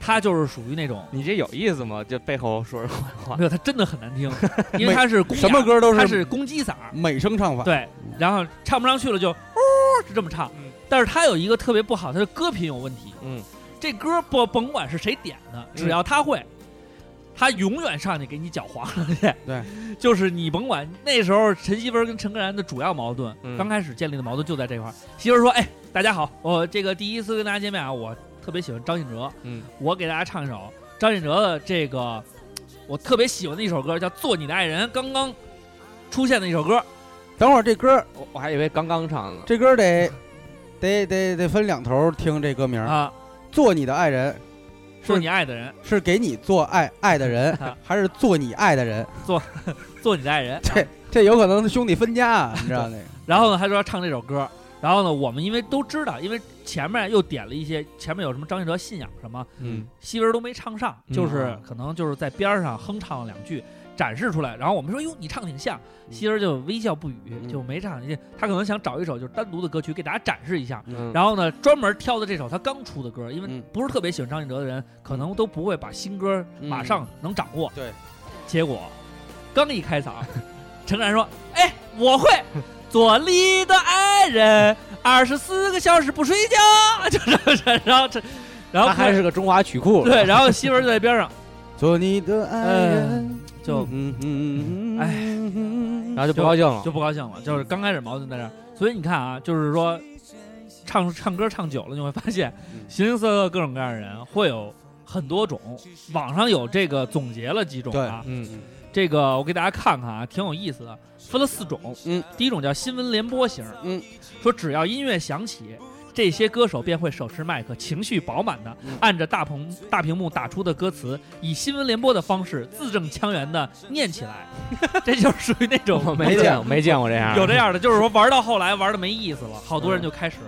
他就是属于那种
你这有意思吗？就背后说人坏话
没，有，他真的很难 听，因为他是公
什么歌都
他
是
是公鸡嗓儿，
美声唱法。
对，然后唱不上去了就呜是这么唱
嗯，
但是他有一个特别不好，他的歌品有问题。
嗯，
这歌不甭管是谁点的，只要他会，他永远上去给你搅黄了去。
对，
就是你甭管那时候陈希文跟陈可燃的主要矛盾，
嗯
刚开始建立的矛盾就在这块儿。希文说：“哎，大家好，我这个第一次跟大家见面啊，我特别喜欢张信哲，
嗯，
我给大家唱一首张信哲的这个我特别喜欢的一首歌，叫《做你的爱人》，刚刚出现的一首歌。
等会儿这歌，
我我还以为刚刚唱呢，
这歌得得得得分两头听这歌名
嗯
儿。
啊，
做你的爱人
做你爱的人，
是给你做爱爱的人
啊，
还是做你爱的人？
做你的爱人。啊
这这有可能是兄弟分家啊，你知 道那个？
然后呢，他说要唱这首歌。然后呢，我们因为都知道，因为前面又点了一些，前面有什么张信哲信仰什么，
嗯，
希文都没唱上，
嗯
就是可能就是在边上哼唱了两句，展示出来。然后我们说，哟，你唱挺像，希文就微笑不语，
嗯
就没唱。他可能想找一首就是单独的歌曲给大家展示一下。
嗯
然后呢，专门挑的这首他刚出的歌，因为
嗯
不是特别喜欢张信哲的人，可能都不会把新歌
嗯
马上能掌握。
对，
结果刚一开嗓， 陈然说：“哎，我会左立的爱人，二十四个小时不睡觉。”就是，然后这，然后
他还是个中华曲库，
对，然后媳妇儿就在边上
做你的爱人，
就
嗯嗯
哎
嗯，
然后就不高兴了
就，不高兴了，就是刚开始矛盾在这儿。所以你看啊，就是说唱唱歌唱久了，你会发现
嗯
形形色色、各种各样的人会有很多种。网上有这个总结了几种啊，
嗯
这个我给大家看看啊，挺有意思的，分了四种。
嗯，
第一种叫新闻联播型，
嗯，
说只要音乐响起。这些歌手便会手持麦克，情绪饱满的
嗯
按着大屏大屏幕打出的歌词，以新闻联播的方式字正腔圆的念起 来，这就是属于那种
我没见没见过这样，嗯
有这样的，就是说玩到后来玩的没意思了，好多人就开始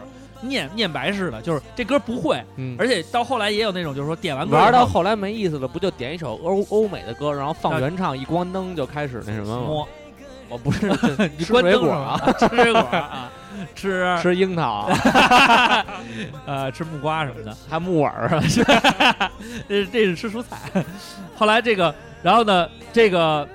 念念白似的，就是这歌不会，
嗯，
而且到后来也有那种就是说点完歌以后
玩到后来没意思了，不就点一首欧欧美的歌，然后放原唱，一关灯就开始那什么吗？
摸，
我不是
你
吃
关
水
灯是
果
吗
啊，，
吃水果 啊，吃
吃樱桃啊，
呃吃木瓜什么的，
还木耳啊，
这这是吃蔬菜。后来这个，然后呢，这个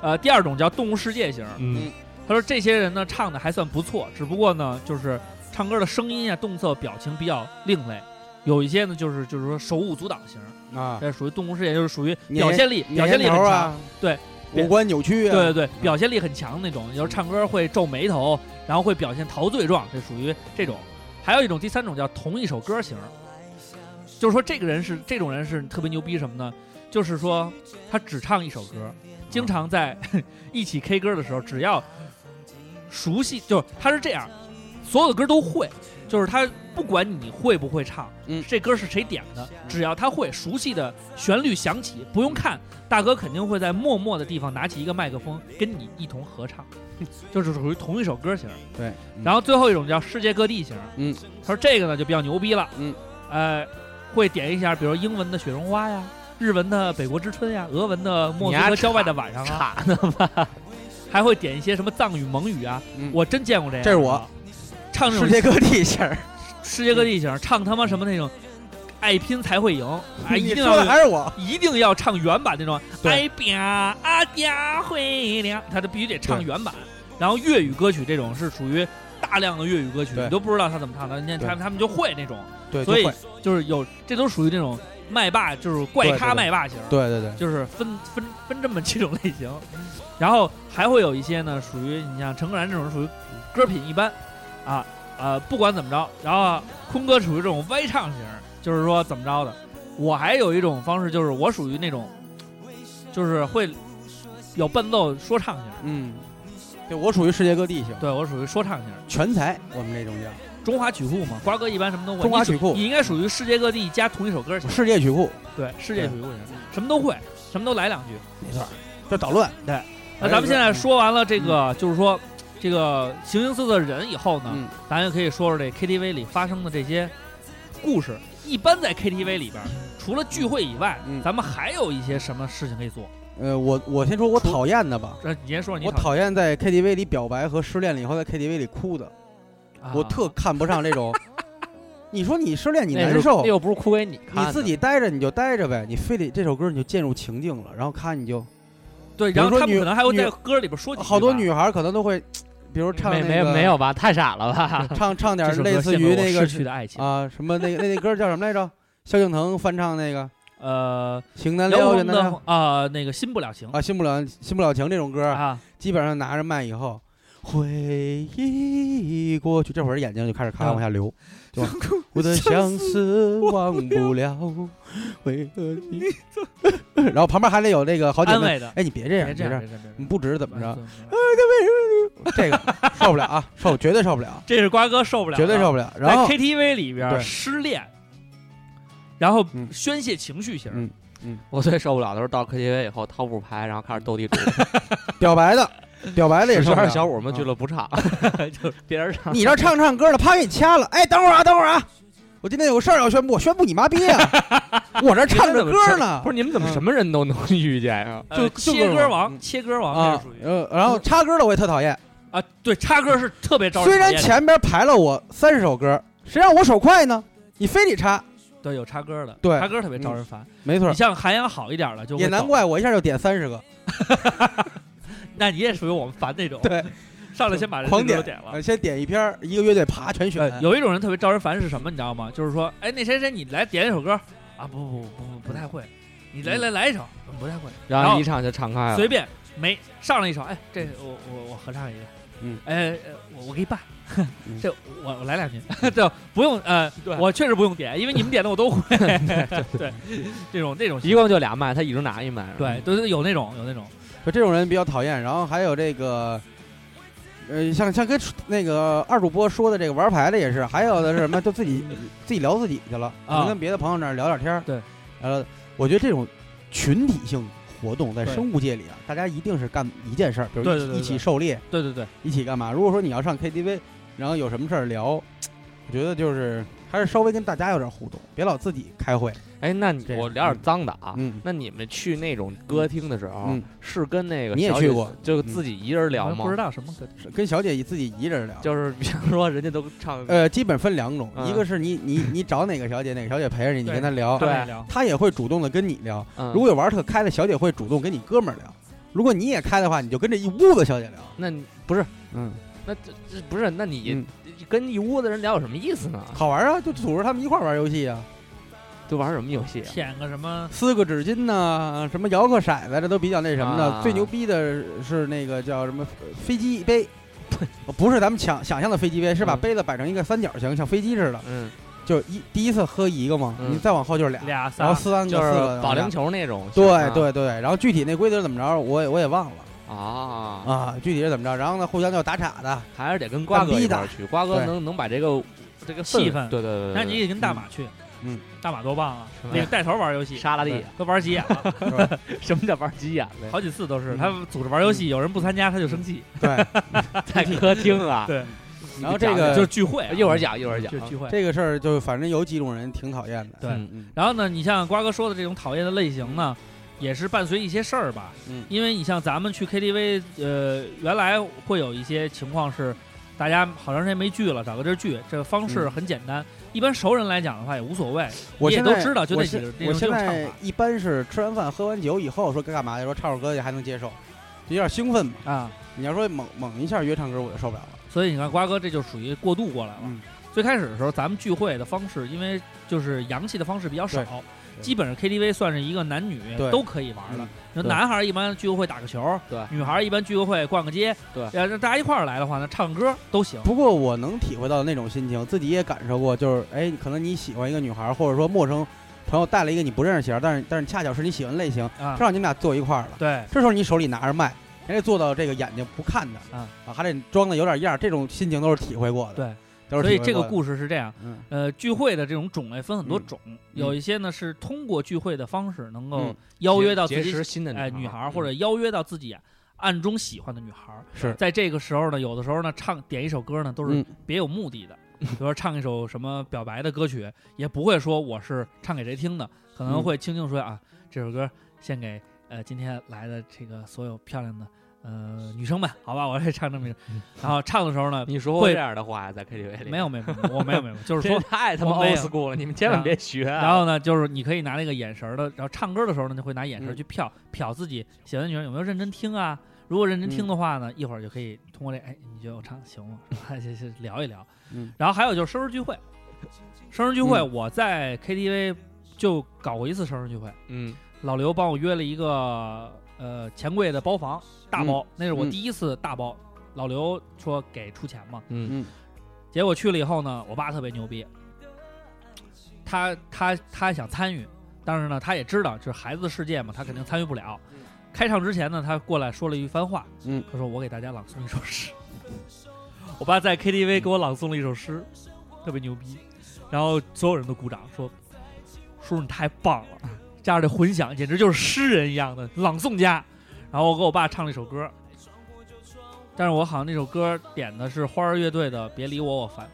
呃第二种叫动物世界型，
嗯
他说这些人呢唱的还算不错，只不过呢就是唱歌的声音啊、动作、表情比较另类，有一些呢就是就是说手舞足蹈型，
啊，
这属于动物世界，就是属于
捻
表现力哎表现力
头
很强，
啊，
对，
五官扭曲啊，
对对对，表现力很强那种，就是唱歌会皱眉头，然后会表现陶醉状，这属于这种。还有一种第三种叫同一首歌型，就是说这个人是这种人是特别牛逼什么呢？就是说他只唱一首歌，经常在 一起 K 歌的时候，只要熟悉，就是他是这样，所有的歌都会，就是他不管你会不会唱，
嗯
这歌是谁点的，只要他会，熟悉的旋律响起，不用看，大哥肯定会在默默的地方拿起一个麦克风跟你一同合 唱，就是属于同一首歌型。
对，嗯
然后最后一种叫世界各地型，
嗯，
他说这个呢就比较牛逼了，
嗯，
呃，会点一下，比如英文的《雪绒花》呀，日文的《北国之春》呀，俄文的《莫斯科郊外的晚上》啊，
卡呢吧？
还会点一些什么藏语、蒙语啊，
嗯
我真见过这样的，
这是我
唱这种
世界各地型儿，
世界各地型，唱他妈什么那种，爱拼才会赢， 哎，
你
一定
说的
要
还是我，
一定要唱原版那种，
对
哎呀啊呀会亮，他就必须得唱原版。然后粤语歌曲这种是属于大量的粤语歌曲，
对
你都不知道他怎么唱的，那他
对
们他们就会那种，
对，
所以
就会
就是有这都属于这种麦霸，就是怪咖
对对对
麦霸型，
对对对，
就是分分分这么几种类型。然后还会有一些呢，属于你像陈可燃这种属于歌品一般啊呃，不管怎么着，然后坤哥属于这种歪唱型，就是说怎么着的。我还有一种方式，就是我属于那种，就是会有伴奏说唱型儿，
嗯，对我属于世界各地型，
对我属于说唱型儿，
全才，我们这种叫
中华曲库嘛。瓜哥一般什么都会，
中华
你属
曲库
你应该属于世界各地加同一首歌型儿，
世界曲库，
对，世界曲库型儿，什么都会，什么都来两句。
没错，就捣乱。
对，那咱们现在说完了这个，就是说这个形形色色的人以后呢，
嗯
咱也可以说说这 KTV 里发生的这些故事。一般在 KTV 里边儿，除了聚会以外，
嗯
咱们还有一些什么事情可以做？
呃，我我先说我讨厌的吧，
这你先说，你
我
讨
讨厌在 KTV 里表白和失恋了以后在 KTV 里哭的，
啊
我特看不上这 种。你说你失恋你
那
难
又
受
那，又不是哭给你看
你
的，
自己待着你就待着呗，你非得这首歌你就渐入情境了，然后咔你就
对，
比如
然后
说
他们
女
可能还会
女
在歌里边说几句吧
好多女孩儿可能都会，比如唱
没
那
没
个
没有吧？太傻了吧？
唱唱点
这
儿
首歌
类似
献给
于
我
那个
逝去的爱情，
啊什么那个那那歌叫什么来着？萧敬腾翻唱那个
呃，
《情难
辽
了》
红
云南
的
了
啊，那个新不了情
啊，新不了新不了情这种歌，
啊，
基本上拿着麦以后，回忆过去，这会儿眼睛就开始咔
啊
往下流，就往我的相思忘不了，为何你？ 然后旁边还得有那个好姐
安
妹，
慰的，
哎，你别这样，
别
你
这
别
样，
这样，
别这样，
你嗯不值怎么着？
着？
这个受不了啊，受绝对受不了，
这是瓜哥受不了，啊
绝对受不了。
在
然后
KTV 里边儿
对
失恋，然后
嗯
宣泄情绪型儿，
嗯
我最受不了的是到 KTV 以后掏副牌，然后开始斗地主，
表白的，表白的也受
十
不
二
了。嗯啊
小五们俱乐部唱，
就是
别人唱
你这唱唱歌的，啪给你掐了。哎，等会儿啊，等会儿啊，我今天有个事儿要宣布，我宣布你妈逼啊！我这唱着歌呢，
不是你们怎么
嗯
什么人都能遇见呀？
呃
就就
切
各
歌
种
王，
嗯
切歌王这
啊
是属于，
呃，然后插歌的我也特讨厌。
啊，对，插歌是特别招人
虽
讨
然
厌的，
前边排了我三十首歌，谁让我手快呢？你非得插，
对，有插歌的，
对
插歌特别招
嗯
人烦。
没错
你，像涵养好一点儿的，就会哦
也难
走，
怪我一下就点三十个，
那你也属于我们烦那种，
对，
上来先把人
狂
家
点
都点了。
呃先点一篇儿，一个乐队啪全选
呃，。有一种人特别招人烦是什么，你知道吗？就是说，哎，那谁谁，你来点一首歌啊？不不不不不太会，你来来来一首，嗯不太会，
然
然
后
后
一唱就唱开了
随。便没上来一首，哎，这
嗯
我我我合唱一个，
嗯，
哎，呃我我给你伴，
嗯
这我我来两句，这不用呃
对，
我确实不用点，因为你们点的我都 会， 对，这种那种
一共就俩麦，他一直拿一麦。啊
对，都是有那种有那种，
就这种人比较讨厌。然后还有这个，呃，像像跟那个二主播说的这个玩牌的也是，还有的是什么，就自己 自己聊自己去了，可能跟别的朋友那儿聊点天儿。
啊对，
呃，我觉得这种群体性活动在
对
生物界里啊，大家一定是干一件事儿，比如一起
对对对对
一起狩猎，
对对对，
一起干嘛。如果说你要上 KTV，然后有什么事儿聊，我觉得就是还是稍微跟大家有点互动，别老自己开会。
哎，那你
这
我聊点脏的啊。
嗯，
那你们去那种歌厅的时候，
嗯
是跟那个
你也
小姐
去过
就自己一人聊
我
吗？
不知道什么歌，
是跟小姐自己一人聊。
就是比方说人家都唱，
呃，基本分两种，
嗯
一个是你你你找哪个小姐，哪个小姐陪着你，你
对
跟她聊，
哦对
大概聊
她也会主动的跟你聊。
嗯
如果有玩儿特开的小姐会主动跟你哥们儿聊，如果你也开的话，你就跟这一屋子小姐聊。
那你不是
嗯，
那这这不是那你、
嗯
跟一屋子人聊有什么意思呢？
好玩儿啊，就组织他们一块儿玩儿游戏啊，
都玩什么游戏啊？
舔个什么
撕个纸巾呐、什么摇个骰子，这都比较那什么的。
啊
最牛逼的是那个叫什么呃飞机杯。 不是咱们想想象的飞机杯，是把
嗯
杯子摆成一个三角形，像飞机似的。
嗯，
就一第一次喝一个嘛，
嗯
你再往后就是俩，
俩
然
仨，
后
哦
四三个，
就是
四个
保
然后
龄球啊那种。是
对
吧
对对，然后具体那规则怎么着，我也我也忘了
啊，
啊，具体是怎么着，然后呢，互相就打岔的，
还是得跟瓜哥一块
干
儿
逼
去，瓜哥
对
能能把这个这个
气氛
氛，对对对对，
那你得跟大马去，
嗯，
大马多棒啊
是，吧
那个带头玩游戏，
沙拉地
对
都玩急眼了，
是 吧
什么叫玩急眼了？
好几次都是
嗯
他组织玩游戏，有人不参加他就生气，
对，
在客厅啊，
对，
然后这
呃
就是
个
聚会啊，
一会儿讲一会儿讲
就是，聚会。
这个事儿就反正有几种人挺讨厌的，
对
嗯
嗯
然后呢，你像瓜哥说的这种讨厌的类型呢，也是伴随一些事儿吧。
嗯
因为你像咱们去 KTV，呃，原来会有一些情况是，大家好长时间没聚了，找个地儿聚，这个方式
嗯
很简单。一般熟人来讲的话也无所谓，
我
你也
现在
都知道就那
我
几
现
个那
我
种
现
唱
在
法
一般是吃完饭喝完酒以后说该干嘛去，说唱首歌去还能接受，就有点兴奋嘛。
啊。
你要说猛猛一下约唱歌，我就受不了了。
所以你看，瓜哥这就属于过渡过来了。
嗯
最开始的时候，咱们聚会的方式，因为就是洋气的方式比较少
对，对
基本上 KTV 算是一个男女
对
都可以玩的
嗯。
那
对
男孩儿一般聚个会打个球，
对
女孩儿一般聚个会逛个街，
对
要让大家一块儿来的话，那唱歌都行。
不过我能体会到那种心情，自己也感受过，就是哎，可能你喜欢一个女孩，或者说陌生朋友带了一个你不认识型，但是但是恰巧是你喜欢类型，
啊
正，好你们俩坐一块儿了。
对，
这时候你手里拿着麦，还得做到这个眼睛不看的
啊
还得装的有点样儿，这种心情都是体会过的。
对，
都是
所
体
以
会
这个
过的
故事是这样，
嗯
呃，聚会的这种种类分很多种，有一些呢是通过聚会的方式能够邀约到自
结
己
识新的
哎
女
女孩
孩儿嗯
儿，或者邀约到自己暗中喜欢的女孩儿。
是
在这个时候呢，有的时候呢唱点一首歌呢都是
嗯
别有目的的， 比如说唱一首什么表白的歌曲，也不会说我是唱给谁听的，可能
嗯
会轻轻说啊，这首歌献给呃今天来的这个所有漂亮的呃女生们，好吧，我也唱这么一首。
嗯
然后唱的时候 呢，
你说过
会
这样的话在 KTV 里
没有没有没有，我没有没有，就是
这
说
太他妈
我没有
old school 了，你们千万别 学啊。
然后呢，就是你可以拿那个眼神儿的，然后唱歌的时候呢，就会拿眼
嗯
神儿去瞟瞟自己喜欢的女生有没有认真听啊。如果认真听的话呢，一会儿就可以通过这，哎，你觉得我唱得行 吗？是吧就就聊一聊。
嗯
然后还有就是生日聚会，生日聚会
嗯
我在 KTV 就搞过一次生日聚会，
嗯，
老刘帮我约了一个呃钱柜的包房大包，那是我
嗯
第一次大包。老刘说给出钱嘛，
嗯
结果去了以后呢，我爸特别牛逼，他他他想参与，但是呢，他也知道就是孩子的世界嘛，他肯定参与不了。开唱之前呢，他过来说了一番话，
嗯，
他说我给大家朗诵一首诗。 我爸在 KTV 给我朗诵了一首诗，特别牛逼，然后所有人都鼓掌说：“叔叔你太棒了，加上这混响简直就是诗人一样的朗诵家。”然后我给我爸唱了一首歌，但是我好像那首歌点的是花儿乐队的《别理我我烦》，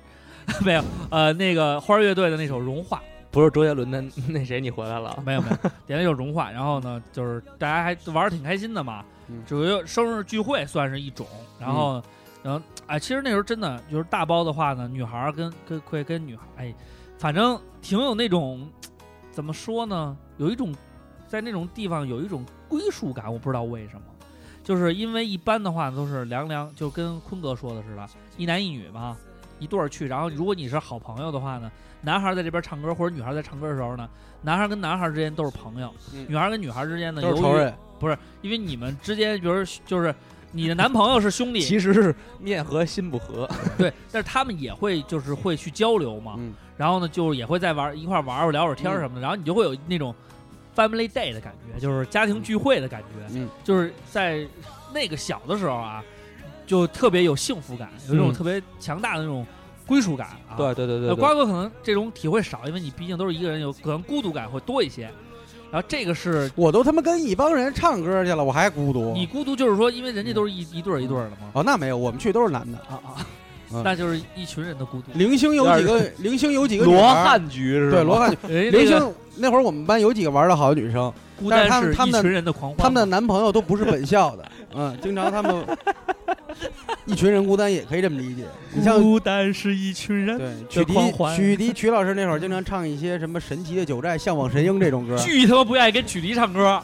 没有，呃，那个花儿乐队的那首《融化啊
不是周杰伦的那谁，你回来了》，。
没有没有，点了一首《融化》，然后呢，就是大家还玩的挺开心的嘛
嗯，
主要生日聚会算是一种，然后，然后，哎，其实那时候真的就是大包的话呢，女孩儿跟跟会跟女孩，哎，反正挺有那种，怎么说呢，有一种在那种地方有一种归属感，我不知道为什么。就是因为一般的话都是凉凉，就跟坤哥说的似的，一男一女嘛，一对儿去。然后如果你是好朋友的话呢，男孩在这边唱歌或者女孩在唱歌的时候呢，男孩跟男孩之间都是朋友，
嗯
女孩跟女孩之间呢，
都
由
是仇
于啊
人，
因为你们之间，比如就是你的男朋友是兄弟，
其实是面和心不和，
对，但是他们也会就是会去交流嘛，
嗯
然后呢，就是也会在玩一块玩玩聊会儿天儿什么的，然后你就会有那种 family day 的感觉，就是家庭聚会的感觉，
嗯
就是在那个小的时候啊，就特别有幸福感，有一种
嗯
特别强大的那种归属感啊。
对对对对
那
对，
瓜哥可能这种体会少，因为你毕竟都是一个人，有可能孤独感会多一些。然后这个是
我都他妈跟一帮人唱歌去了，我还孤独
你。孤独，就是说，因为人家都是一一对儿一对儿的嘛，
哦，那没有，我们去都是男的。
啊啊，
嗯
那就是一群人的孤独。
零星有几个， 零星有几个女
罗
孩儿，
汉局是吧？
对罗汉，
人家那
零
个
星那会儿我们班有几个玩的好的女 生，
孤
但是他
单
们他
一
们的
群人的狂欢嘛，
她们的男朋友都不是本校 的，嗯，经常她们一群人孤单也可以这么理解。你像
孤单是一群人
对曲
狂
迪
欢
曲迪曲老师那会儿经常唱一些什么神奇的九寨、向往神鹰这种 歌，
巨他妈不愿意跟曲迪唱歌，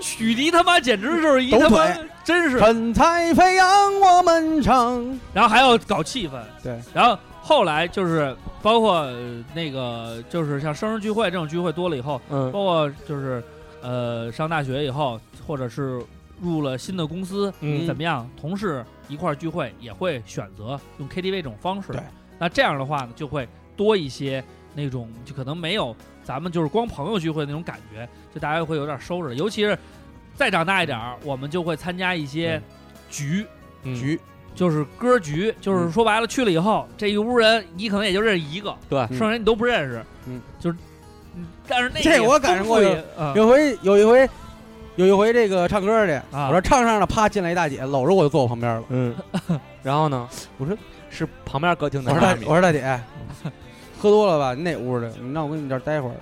曲迪他妈简直就是一
抖
他妈
腿
真是，
神采飞扬我们唱，
然后还要搞气氛，
对，
然后后来就是包括呃那个就是像生日聚会这种聚会多了以后，
嗯，
包括就是呃上大学以后，或者是入了新的公司，
嗯
怎么样，同事一块儿聚会也会选择用 KTV 这种方式
对。
那这样的话呢，就会多一些那种就可能没有咱们就是光朋友聚会那种感觉，就大家会有点收拾。尤其是再长大一点儿，我们就会参加一些局。
嗯
局
就是歌局，就是说白了，去了以后，这一屋人你可能也就认识一个，
对
剩下人你都不认识，
嗯，
就是，嗯但是那
这
个也
我赶上过
丰富
有
也啊
有回有一回，有一回这个唱歌去，
啊
我说唱上了，啪进来一大姐，搂着我就坐我旁边了。
嗯，然后呢？我说是旁边歌厅的
我说大
大
我
米，
说大姐，喝多了吧？你哪屋的？你让我跟你这儿待会儿。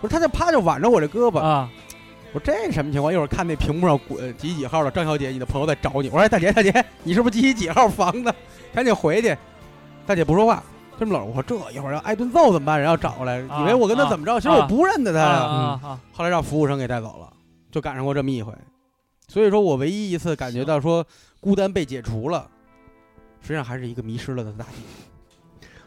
不是，他就啪就挽着我这胳膊，
啊，
我说这什么情况？一会儿看那屏幕上滚几几号的张小姐，你的朋友在找你。我说大姐大姐，你是不是几几号房的？赶紧回去。大姐不说话，这么冷。我说这一会儿要挨顿揍怎么办？人要找过来，
啊
以为我跟他怎么着？其实我不认得他
啊
呀。
啊啊，
后来让服务生给带走了，就赶上过这么一回。所以说我唯一一次感觉到说孤单被解除了，实际上还是一个迷失了的大姐。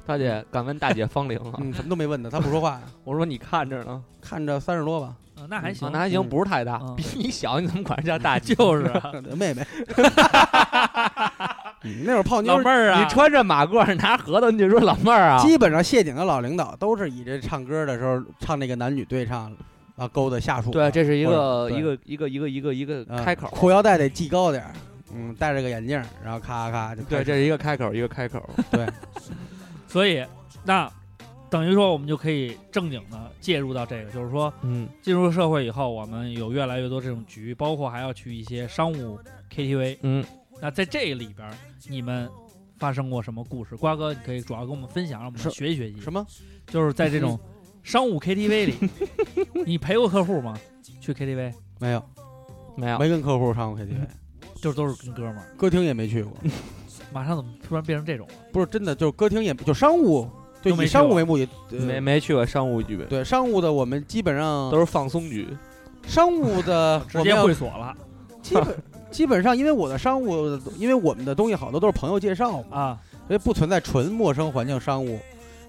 大姐敢问大姐芳龄啊？
嗯，什么都没问她，她不说话 呀，
我说你看着呢，
看着三十多 吧，
啊那还行
啊，那还行，
嗯
不是太大
嗯，
比你小，你怎么管人家大姐？
就是
妹妹。嗯呃那会儿泡妞
老妹儿啊，你穿着马褂拿盒子，你就说老妹儿啊，
基本上谢顶的老领导都是以这唱歌的时候唱那个男女对唱啊勾搭下属啊。
对，这是一
或
个
者对
一个一个一个一个一个
啊
开口，
裤腰带得系高点儿，嗯，戴着个眼镜儿，然后咔咔咔就
对，
开始
这是一个开口，一个开口。
所以那等于说我们就可以正经的介入到这个，就是说
嗯，
进入社会以后，我们有越来越多这种局，包括还要去一些商务 KTV。
嗯，
那在这里边儿，你们发生过什么故事？瓜哥，你可以主要跟我们分享，让我们
什
学习学习。
什么？
就是在这种商务 KTV 里，你陪过客户吗？去 KTV
没有，
没有，
没跟客户唱过 KTV，
就是都是跟哥们儿，
歌厅也没去过，
马上怎么突然变成这种了？
不是真的，就是歌厅也就商务，就
都没
以
去
商务
过
为目的，呃
没没去过商务局，
对商务的我们基本上
都是放松局。
商务的
直
我们
接
要
会所了
基 本基本上，因为我的商务的，因为我们的东西好多都是朋友介绍嘛，
啊！
所以不存在纯陌生环境商务。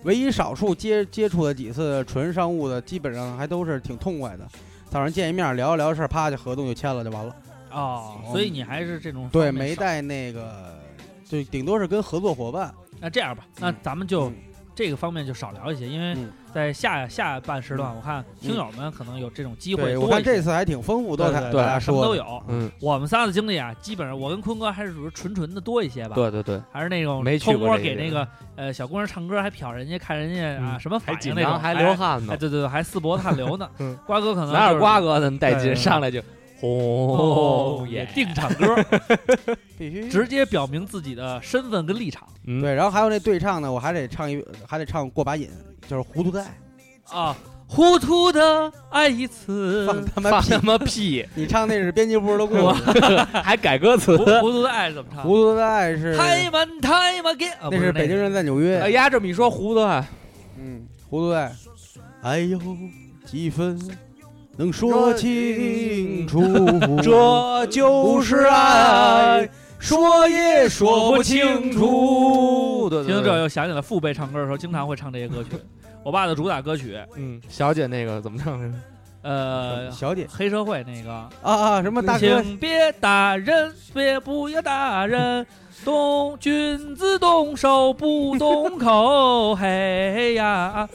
唯一少数接接触的几次纯商务的，基本上还都是挺痛快的。早上见一面聊一聊事儿，啪就合同就签了就完了。
哦，所以你还是这种
对，
方面
没
少
带那个，就顶多是跟合作伙伴。
那这样吧，那咱们就
嗯
这个方面就少聊一些，因为
嗯
在下下半时段，我看听友们可能有这种机会
对，我
多
看
一
这
些。
次还挺丰富多彩的，
对
大家
什么
说
都
的
有。
嗯，
我们仨的经历啊，基本上我跟坤哥还是属于纯纯的多一些吧，
对对对，
还是那种
没去
偷
过
摸
这个
给那
地
个呃小姑娘唱歌，还瞟人家看人家啊
嗯
什么
还
反应
紧
那种，
张还流
汗。
汗
哎，
呢，
对对对，还四博探流呢
嗯。
瓜哥可能
哪
就
有
是
瓜哥那么带
对
劲？上来就
哦
轰
也
耶！
定场歌，
必须
直接表明自己的身份跟立场
嗯
对。然后还有那对唱呢，我还得唱一，还得唱过把瘾，就是糊涂带，
啊！糊涂的爱一次，
放他妈
嗯放
屁
他！妈屁！
你唱那是编辑部的故事。
还改歌词
糊。糊涂的爱怎么唱？
糊涂的爱是，
太满太满给，啊
那
不是
北京
个
人在纽约。
哎呀，这么一说，胡子啊
嗯，糊涂的爱，哎呦，几分能说清楚？
这就是爱，说也说不清楚。对
听
对
着
对，
又想起了父辈唱歌的时候，经常会唱这些歌曲。我爸的主打歌曲，
嗯，小姐那个怎么唱来着？
呃，
小姐
黑社会那个，
啊啊，什么大哥？
请别打人，别不要打 人，动君子动手不动口，嘿呀，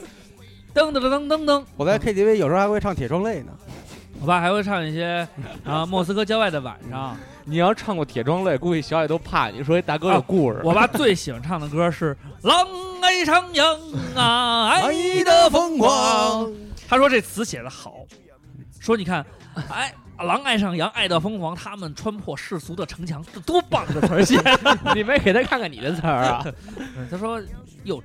噔噔噔噔噔。
我在 KTV 有时候还会唱《铁窗泪》呢。
我爸还会唱一些 啊，莫斯科郊外的晚上。
你要唱过《铁窗泪》，估计小姐都怕你说一大哥有故事。
我爸最喜欢唱的歌是《狼爱上 羊啊，爱的疯狂》。他说这词写的好，说你看，哎，狼爱上羊，爱的疯狂，他们穿破世俗的城墙，这多棒的词儿写！
你没给他看看你的词儿啊？
嗯他说幼稚。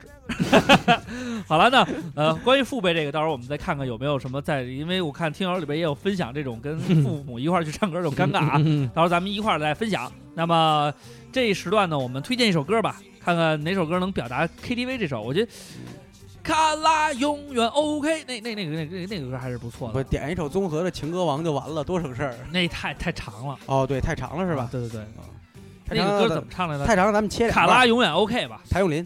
好了，那呃，关于父辈这个，到时候我们再看看有没有什么在，因为我看听友里边也有分享这种跟父母一块儿去唱歌这种尴尬 啊，到时候咱们一块儿来分享。那么这一时段呢，我们推荐一首歌吧，看看哪首歌能表达 KTV 这首。我觉得《卡拉永远 OK》那那那个那个那个那个歌还是不错
不
的，啊
点一首综合的《情歌王》就完了，多省事儿。
那太太长了，啊
哦，对，太长了是吧？
对对对，那
太长
个歌怎
了
么，唱来着？
太长了，咱们切两
卡
半
拉永远 OK 吧？
谭咏麟，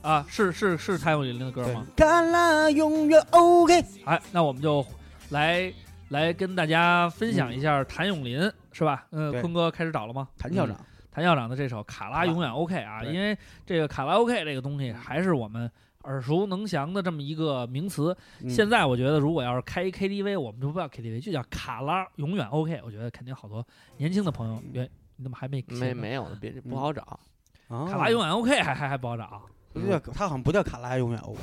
啊，是是是谭咏麟的歌
对
吗？，
卡拉永远 OK。
哎，那我们就来来跟大家分享一下谭咏麟，是吧？嗯，
嗯对
坤哥开始找了吗？
谭校
嗯
长，
谭校长的这首《卡拉永远 OK》啊，
对
因为这个卡拉 OK 这个东西还是我们耳熟能详的这么一个名词。
嗯
现在我觉得，如果要是开一 KTV，我们就不叫 KTV，就叫卡拉永远 OK。我觉得肯定好多年轻的朋
嗯
友，原你怎么还没写
没
呢
没有，别不好找。哎
啊
卡拉永远 OK 还还还不好找，
不叫他好像不叫卡拉永远 OK。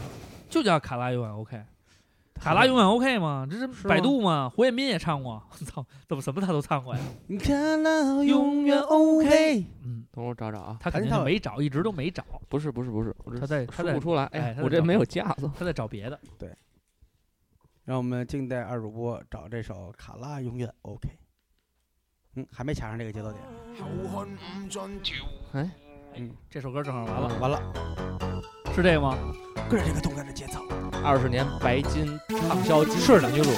就叫卡拉永远 OK。卡拉永远 OK 吗？这是
吗
百度吗？胡彦斌也唱过， 操，怎么什么他都唱过呀？
卡拉永远 OK。
嗯，
等会儿找找啊，
他肯定
谭
是
笑
没找，一直都没找，
不是不是不是，我这
他在他
说
在
不出来。
哎
哎
他，在
我这
找
没有架子。
他在找别的。
让我们静待二主播找这首《卡拉永远 OK》。嗯，还没卡上这个节奏点，
哎，
这首歌正好完了，
完了，
是这个吗？
跟着这个动感的节奏。
二十年白金畅销金
是的
女主，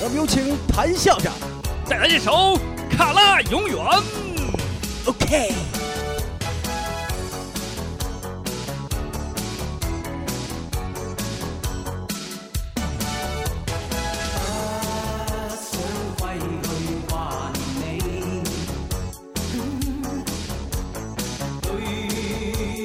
让我们有请谭校长。
再来一首《卡拉永远》。
OK。
Hãy subscribe cho kênh Ghiền Mì Gõ Để không bỏ lỡ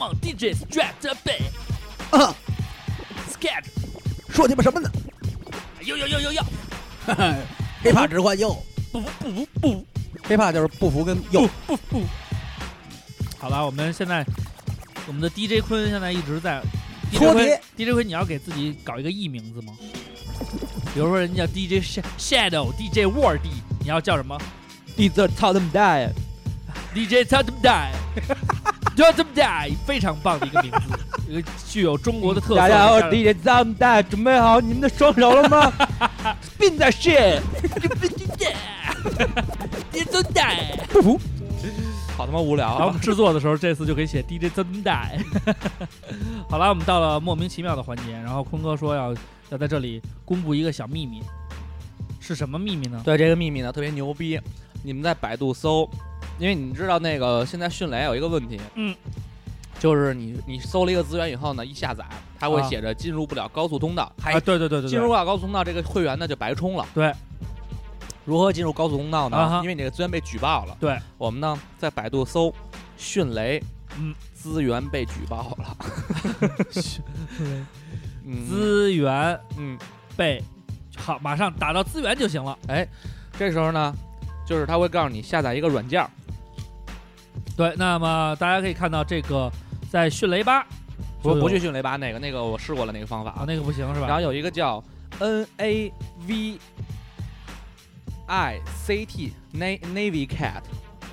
on DJ strap the beat
啊，
sketch
说你们什么呢
哎呦呦呦呦呦，
？hiphop 只换右
不不不不
，hiphop 就是不服跟右。
不不。好了，我们现在我们的 DJ 坤现在一直在 DJ
搓碟
坤，DJ 坤，你要给自己搞一个艺名字吗？比如说人家叫 DJ Sha- Shadow、DJ War D，你要叫什么
弟子操他们大爷！
？DJ t o t m Die。t o t m Die，非常棒的一个名字，一个具有中国的特
大
色的这
家
样的。
好，弟子操他们大爷！准备好你们的双手了吗？并在 shit，
DJ 真带。
好他妈无聊
然后我
啊
们！制作的时候，这次就可以写 DJ 真带。 好了，我们到了莫名其妙的环节，然后坤哥说要要在这里公布一个小秘密，是什么秘密呢？
对这个秘密呢特别牛逼，你们在百度搜，因为你知道那个现在迅雷有一个问题，
嗯，
就是你你搜了一个资源以后呢，一下载它会
啊
写着进入不了高速通道，还
啊，对对对对
进入
对，
不了高速通道这个会员呢就白充了。
对，
如何进入高速通道呢？
啊哈
因为你这个资源被举报了。
对，
我们呢在百度搜迅雷，
嗯，
资源被举报 了，嗯
资源
嗯，
被好，马上打到资源就行了。
哎这时候呢，就是他会告诉你下载一个软件儿，
对，那么大家可以看到这个在迅雷吧，
不
就有
不去迅雷吧那个那个我试过了那个方法
啊，那个不行是
然
吧
后？有一个叫 N A V I C T Na- Navy Cat，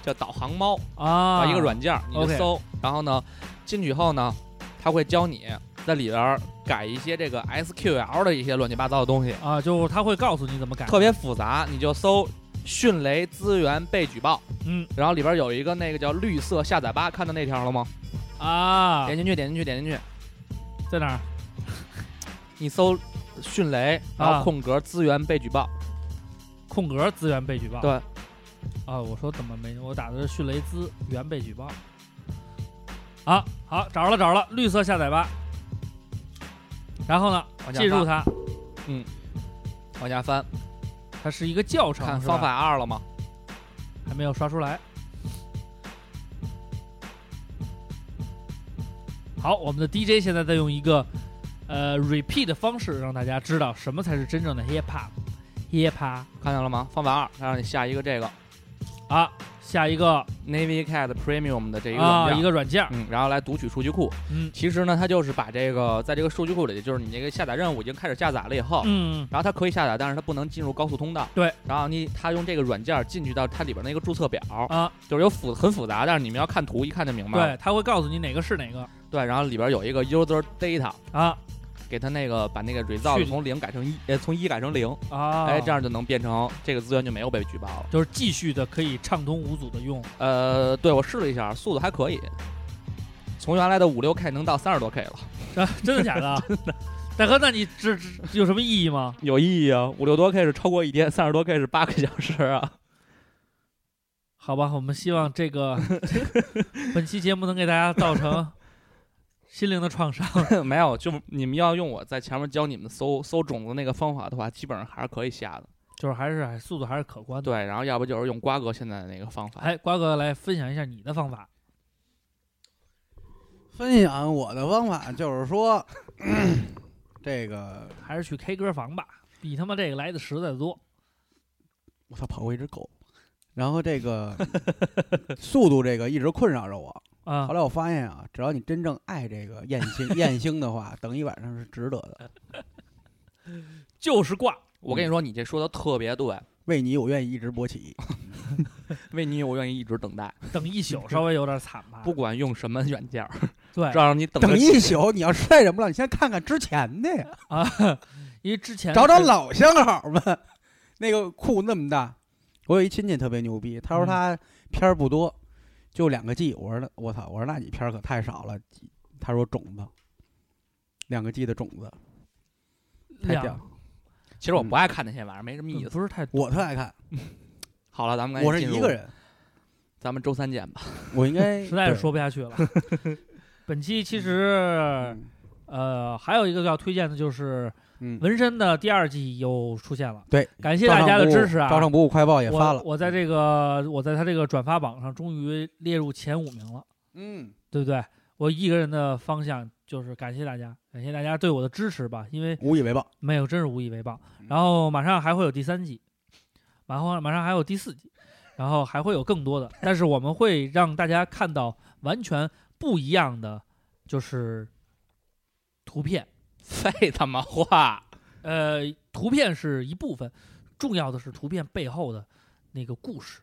叫导航猫
啊，
啊，一个软件儿，你就
OK
搜，然后呢，进去以后呢，它会教你在里边儿改一些这个 SQL 的一些乱七八糟的东西，
啊，就他会告诉你怎么改，
特别复杂，你就搜迅雷资源被举报，
嗯
然后里边儿有一个那个叫绿色下载吧，看到那条了吗？
啊，
点进去，点进去，点进去，
在哪儿？
你搜迅雷，然
啊
后空格资源被举报，
空格资源被举报。
对
啊，我说怎么没？我打的是迅雷资源被举报。啊，好，找着了，找着了，绿色下载吧。然后呢，
往下
进入它，
往下翻，
它是一个教程，
看
是吧
方法二了吗？
还没有刷出来。好，我们的 DJ 现在在用一个呃 repeat 的方式，让大家知道什么才是真正的 hip hop。hip hop
看见了吗？方法二，它让你下一个这个
啊，下一个
Navy Cat Premium 的这一个软
啊
件，
一个软件，
嗯，然后来读取数据库。
嗯
其实呢，它就是把这个在这个数据库里，就是你这个下载任务已经开始下载了以后，
嗯
然后它可以下载，但是它不能进入高速通道。
对，
然后你它用这个软件进去到它里边那个注册表，
啊，
就是有复很复杂，但是你们要看图一看就明白
对
了。，
他会告诉你哪个是哪个
对然后里边有一个 User Data，
啊
给它那个把那个 result
去
从零改成一，呃，从一改成零，
啊，
哎，这样就能变成这个资源就没有被举报了。
就是继续的可以畅通无阻的 用
呃，对我试了一下，速度还可以，从原来的五六 K 能到三十多 K 了，
啊，真的假的？真的。大哥，那你这这有什么意义吗？
有意义啊！五六多 K 是超过一天，三十多 K 是八个小时啊。
好吧，我们希望这 个本期节目能给大家造 成心灵的创伤。
没有，就你们要用我在前面教你们搜搜种子那个方法的话，基本上还是可以下的。
就是还是还哎速度还是可观的。
对，然后要不就是用瓜哥现在的那个方法。
哎，瓜哥来分享一下你的方法。
分享我的方法就是说， 这个
还是去 K 歌房吧，比他妈这个来的实在多。
我操跑过一只狗，然后这个速度这个一直困扰着我。
啊
后来我发现啊，只要你真正爱这个燕青燕星的话，等一晚上是值得的。
就是挂，
我跟你说，你这说的特别对，
为你我愿意一直勃起。
为你我愿意一直等待，
等一宿稍微有点惨吧。
不管用什么软件儿，
对
只，要让你等
等
着
一宿，你要实在忍不了，你先看看之前的呀，
因为之前
找找
是
老相好们。那个库那么大，我有一亲戚特别牛逼，他说他片儿不多，就两个 G。我说那我操，我说那你片儿可太少了。他说种子，两个 G 的种子，太屌
两
了。
其实我不爱看那些玩意儿，没什么意
嗯
思。
不是太
我特爱看，
好了，咱们赶紧
我是
进入
一个，人，
咱们周三见吧。
我应 该
实在是
对
说不下去了。本期其实
嗯
呃还有一个要推荐的就是
嗯
《纹身》的第二季又出现了，
对，
感谢大家的支持啊！
招商不误快报也
我
发了，
我在这个我在他这个转发榜上终于列入前五名了，
嗯，
对不对？我一个人的方向就是感谢大家，感谢大家对我的支持吧，因为
无以为报。
没有，真是无以为报。然后马上还会有第三季，马上马上还有第四季，然后还会有更多的。但是我们会让大家看到完全不一样的，就是图片。
废他妈话！
呃，图片是一部分，重要的是图片背后的那个故事。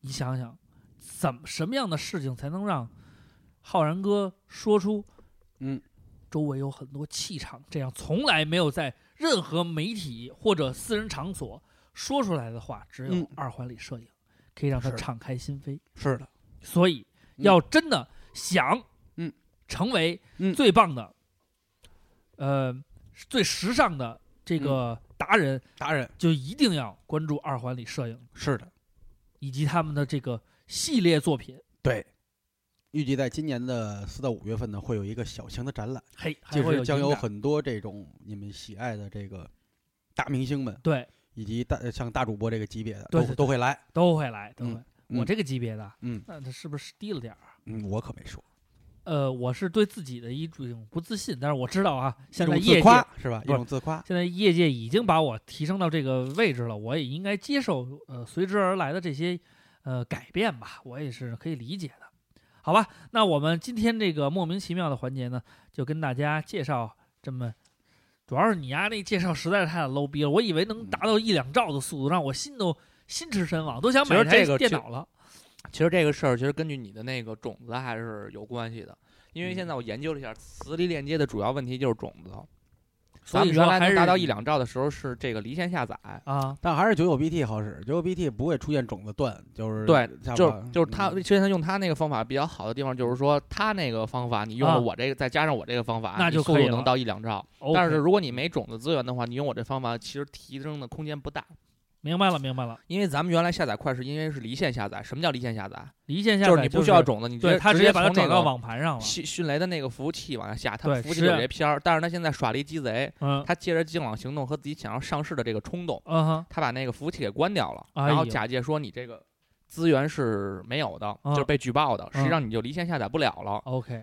你想想，怎么什么样的事情才能让浩然哥说出，
嗯，
周围有很多气场，这样从来没有在任何媒体或者私人场所说出来的话，只有
嗯
二环里摄影、可以让他
是的
敞开心扉。
是的，
所以
嗯
要真的想，
嗯，
成为
嗯
最棒的，呃，最时尚的这个
嗯
达人，
达人
就一定要关注二环里摄影
是的，
以及他们的这个系列作品。
对。预计在今年的四到五月份呢，会有一个小型的展览，
嘿，还
届
会
时
有
将
影
有
展
很多这种你们喜爱的这个大明星们，
对
以及大像大主播这个级别的
对
都
对对
都会来。
都会来，都会。
嗯
我这个级别的，
嗯，
那他是不是低了点儿啊？
嗯，我可没说，
呃，我是对自己的一种不自信，但是我知道啊，
一
现在
种
业
自
界
夸是吧？一
不是
种自夸，
现在业界已经把我提升到这个位置了，我也应该接受呃随之而来的这些呃改变吧，我也是可以理解的，好吧？那我们今天这个莫名其妙的环节呢，就跟大家介绍这么。主要是你丫、那介绍实在是太 low 逼了，我以为能达
嗯
到一两兆的速度，让我心都心驰神往，都想
其
买
实
台
这个
电
就
脑了。
其实这个事儿其实根据你的那个种子还是有关系的，因为现在我研究了一下，磁力链接的主要问题就是种子。
所
咱
以
们
说
原
还
来
是
能达到一两兆的时候是这个离线下载，
啊，
但还是九九 BT 好使，九九 BT 不会出现种子断，就是
对
下巴
就是就是他
嗯
之前用他那个方法比较好的地方就是说他那个方法你用
啊
了我这个再加上我这个方法，
那
你
就
速
可以
度
了
能到一两兆。但是如果你没种子资源的话，你用我这方法其实提升的空间不大，
明白了，明白了，
因为咱们原来下载快是因为是离线下载。什么叫离线下载？
离线下
就是
载
你
就
不需要种子，你
对他
直
直接把它
从
转
那
到
个
网盘上了。
迅迅雷的那个服务器往下下，它
对
服务器
是
有这片儿，但是他现在耍了一鸡贼，
嗯
他借着净网行动和自己想要上市的这个冲动，
嗯哼，
他把那个服务器给关掉了，
哎呦
然后假借说你这个资源是没有的，
嗯
就是被举报的，
嗯
实际上你就离线下载不了了，
，OK，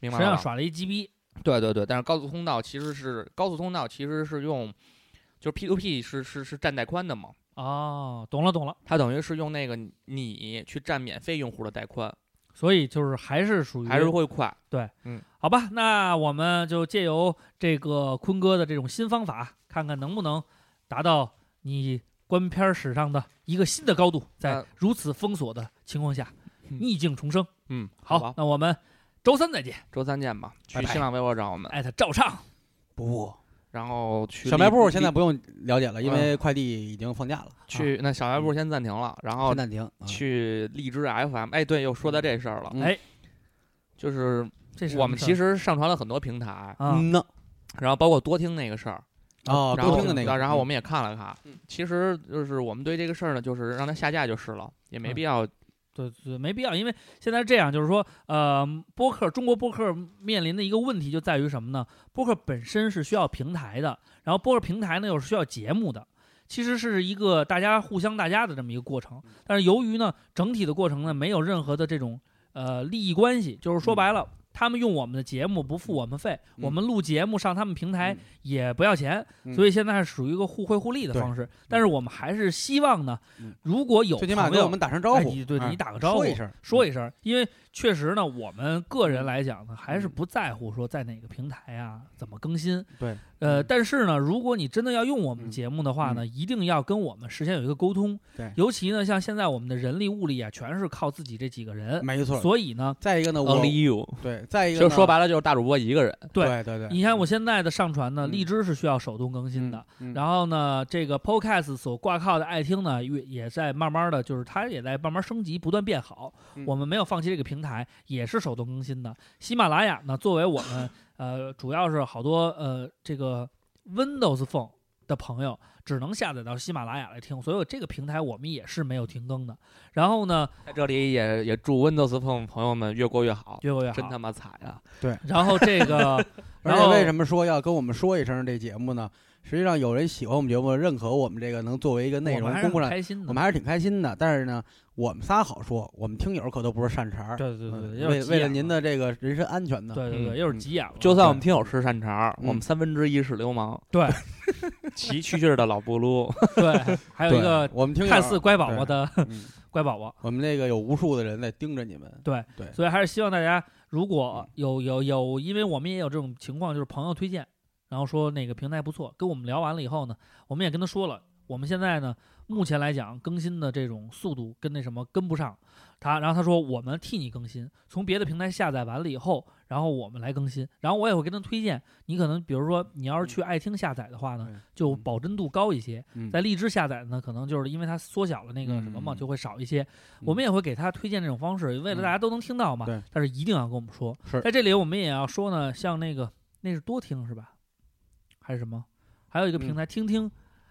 明
实际
白
上
了吗？
耍了一鸡逼，
对对对，但是高速通道其实是高速通道其实是用，就是 P to P 是是是占带宽的嘛，
哦，懂了懂了，
它等于是用那个你去占免费用户的带宽，
所以就是还是属于
还是会快。
好吧？那我们就借由这个坤哥的这种新方法，看看能不能达到你观片史上的一个新的高度，在
呃
如此封锁的情况下，
嗯
逆境重生。
嗯，好
好
吧，，
那我们周三再见，
周三见吧，去
拜拜
新浪微博找我们，
艾特照唱。
不
然后去嗯
小卖部
荔
现在不用了解了，因为快递已经放假了，
去啊那小卖部先暂停了，然后
先暂停。啊
哦去荔枝 FM。哎，对，又说到这事儿了，
嗯
哎，
就是
这是
我们其
实
实上传了很多平台，
啊，
嗯呢，
然后包括多听那个事儿，
哦，
然
多
后
听的那个，
然后我
们
们也看了看，其实就是我们对这个事儿呢，就是让它下架就是了，也没
嗯
必要。
对对，没必要，因为现在这样就是说，呃，播客中国播客面临的一个问题就在于什么呢？播客本身是需要平台的，然后播客平台呢又是需要节目的，其实是一个大家互相大家的这么一个过
嗯
程。但是由于呢，整体的过程呢没有任何的这种呃利益关系，就是说白了。他们用我们的节目不付我们费，
嗯
我们录节目上他们平台
嗯
也不要钱，
嗯
所以现在是属于一个互惠互利的
对
方式。但是我们还是希望呢
嗯，
如果有
最起码
朋
给
友
我们打声招
哎
呼
你，对
哎
你打个招呼
说一声，
说一声，因为确实呢，我们个
嗯
人来讲呢，还是不在乎说在哪个平台啊，怎么更新。
对，
呃，
嗯
但是呢，如果你真的要用我们节目的话呢，一定要跟我们事先有一个沟通。
对
尤其呢，像现在我们的人力物力啊，全是靠自己这几个人，
嗯没错。
所以呢，
再一个呢，我
Only you，
对，再一个
就
呢
是说，白了就是大主播一个人，
对对对，
你看我现在的上传呢，
嗯
荔枝是需要手动更新的，
嗯嗯
然后呢，这个 Podcast 所挂靠的爱听呢，也也在慢慢的就是它也在慢慢升级，不断变好。
嗯
我们没有放弃这个平台，也是手动更新的。喜马拉雅呢，作为我 们呃主要是好多呃这个 Windows Phone 的朋友只能下载到喜马拉雅来听，所以这个平台我们也是没有停更的。然后呢，
在这里也也祝 Windows Phone 朋友们越过越好，
越过越好，
真他妈惨啊！
然后这个
而
然后
且为什么说要跟我们说一声这节目呢？实际上有人喜欢我们节目，认可我们这个能作为一个内
我
容
们还是
公布
很，
上
开心的，
我们还是挺开心的。但是呢，我们仨好说，我们听友可都不是善茬儿。
对对对
嗯
对，要
为
急
为了
眼嗯
您的这个人身安全呢，
对对对，又是急眼了，
就算我们听友是善茬儿，
嗯
我们三分之一是流氓，
对
其蛐蛐儿的老布鲁，
对，还有
对
一个
我们听友
看似乖宝宝的
嗯
乖宝宝，
我们这个有无数的人在盯着你们，
所以还是希望大家如果有有有，因为我们也有这种情况，就是朋友推荐，然后说那个平台不错，跟我们聊完了以后呢，我们也跟他说了，我们现在呢目前来讲更新的这种速度跟那什么跟不上他，然后他说我们替你更新，从别的平台下载完了以后，然后我们来更新，然后我也会跟他推荐，你可能比如说你要是去爱听下载的话呢
嗯，
就保真度高一些，
嗯
在荔枝下载呢，可能就是因为它缩小了那个什么嘛，
嗯
就会少一些。我们也会给他推荐这种方式，为了大家都能听到嘛。
对
但是一定要跟我们说。
是
在这里我们也要说呢，像那个那是多听是吧？还是什么？还有一个平台、听听，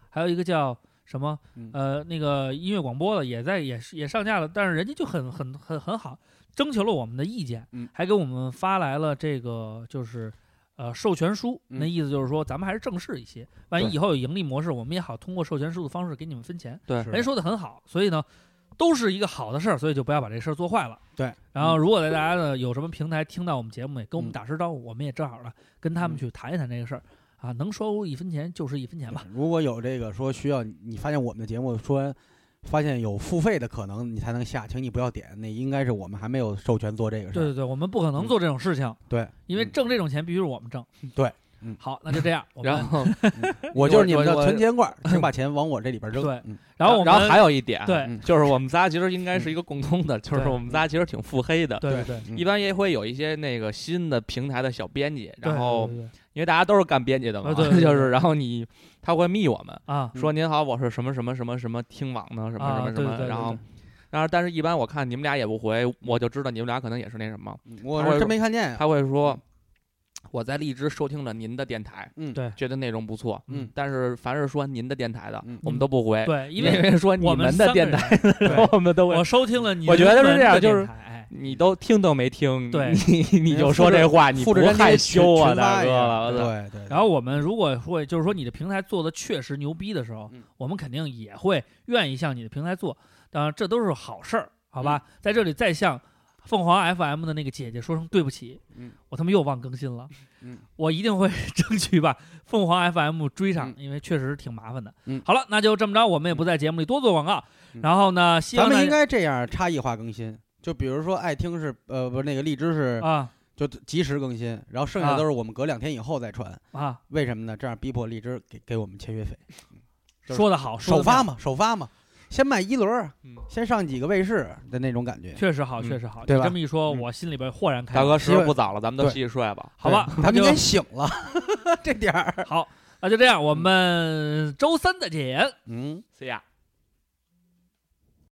还有一个叫什么
嗯
呃那个音乐广播的也在也是也上架了，但是人家就很很很很好，征求了我们的意见，
嗯
还给我们发来了这个就是。呃，授权书，
嗯
那意思就是说，咱们还是正式一些。万一
对
以后有盈利模式，我们也好通过授权书的方式给你们分钱。
对
是
人说的很好，所以呢，都是一个好的事儿，所以就不要把这事儿做坏了。
对，
然后如果大家呢有什么平台听到我们节目，也跟我们
嗯
打声招呼，我们也正好呢跟他们
嗯
去谈一谈这个事儿啊，能收一分钱就是一分钱吧。
如果有这个说需要你你发现我们的节目说发现有付费的可能，你才能下，请你不要点，那应该是我们还没有授权做这个事
对
儿。
对对，我们不可能
嗯
做这种事情，
对，
因为
嗯
挣这种钱必须是我们挣。
对嗯
好，那就这样。我们
然后
我就是你们的
我我
存钱罐 儿，请把钱往我这里边扔。
对
嗯，
然后我们
然后嗯还有啊一点，
对
嗯
就是我们仨其实应该是一个共通的，就是
对
我们仨其实挺腹黑的。
对对对，
嗯
一般也会有一些那个新的平台的小编辑，
对
然后
对对对
因为大家都是干编辑的嘛，
啊对对对
就是然后你他会密我们
啊
嗯
说您好，我是什么什么什么什么听网呢，什么
啊
什么什
对对
么，
对
然后
对
然后但是一般我看你们俩也不回，我就知道你们俩可能也是那什么，
嗯我是真没看见呀。
他会说我在荔枝收听了您的电台，
嗯
对
觉得内容不错，
嗯
但是凡是说您的电台的
嗯，
我们都不回，
对，因
哎因
为
为说你
我们
的
三个
电
人
台， 我们都 会
我收听了你，
我觉得是这样就是
哎，
你都听都没听，
对
你你就说这话，你
复
不
制粘贴
害
群
羞啊，
群发
大
一
哥
下
了，我操
对对。
然后我们如果会，就是说你的平台做的确实牛逼的时候，
嗯
我们肯定也会愿意向你的平台做。当然，这都是好事儿，好吧？
嗯
在这里再向凤凰 FM 的那个姐姐说声对不起，
嗯
我他妈又忘更新了，
嗯
我一定会 争取把凤凰 FM 追上，
嗯
因为确实挺麻烦的。
嗯
好了，那就这么着，我们也不在节目里多做广告。
嗯
然后呢，希
咱
望
们
大
应
家
该这样差异化更新，就比如说爱听是呃不是那个荔枝是
啊
就及时更新，然后剩下
啊
都是我们隔两天以后再传。
啊，
为什么呢？这样逼迫荔枝给给我们签约费，就是
说的好，哦说
首
得
发
妙，
嘛，首发嘛，先卖一轮儿
嗯，
先上几个卫视的那种感觉。
确实好，
嗯
确实好。
对
你
吧
这么一说，
嗯
我心里边豁然开
大
朗。
哥时候不早了，咱们都洗洗睡吧。
好吧
对，
那
他们
就
应该醒了， 这点儿。
啊好，那就这样，我们周三再见。
嗯。
See ya。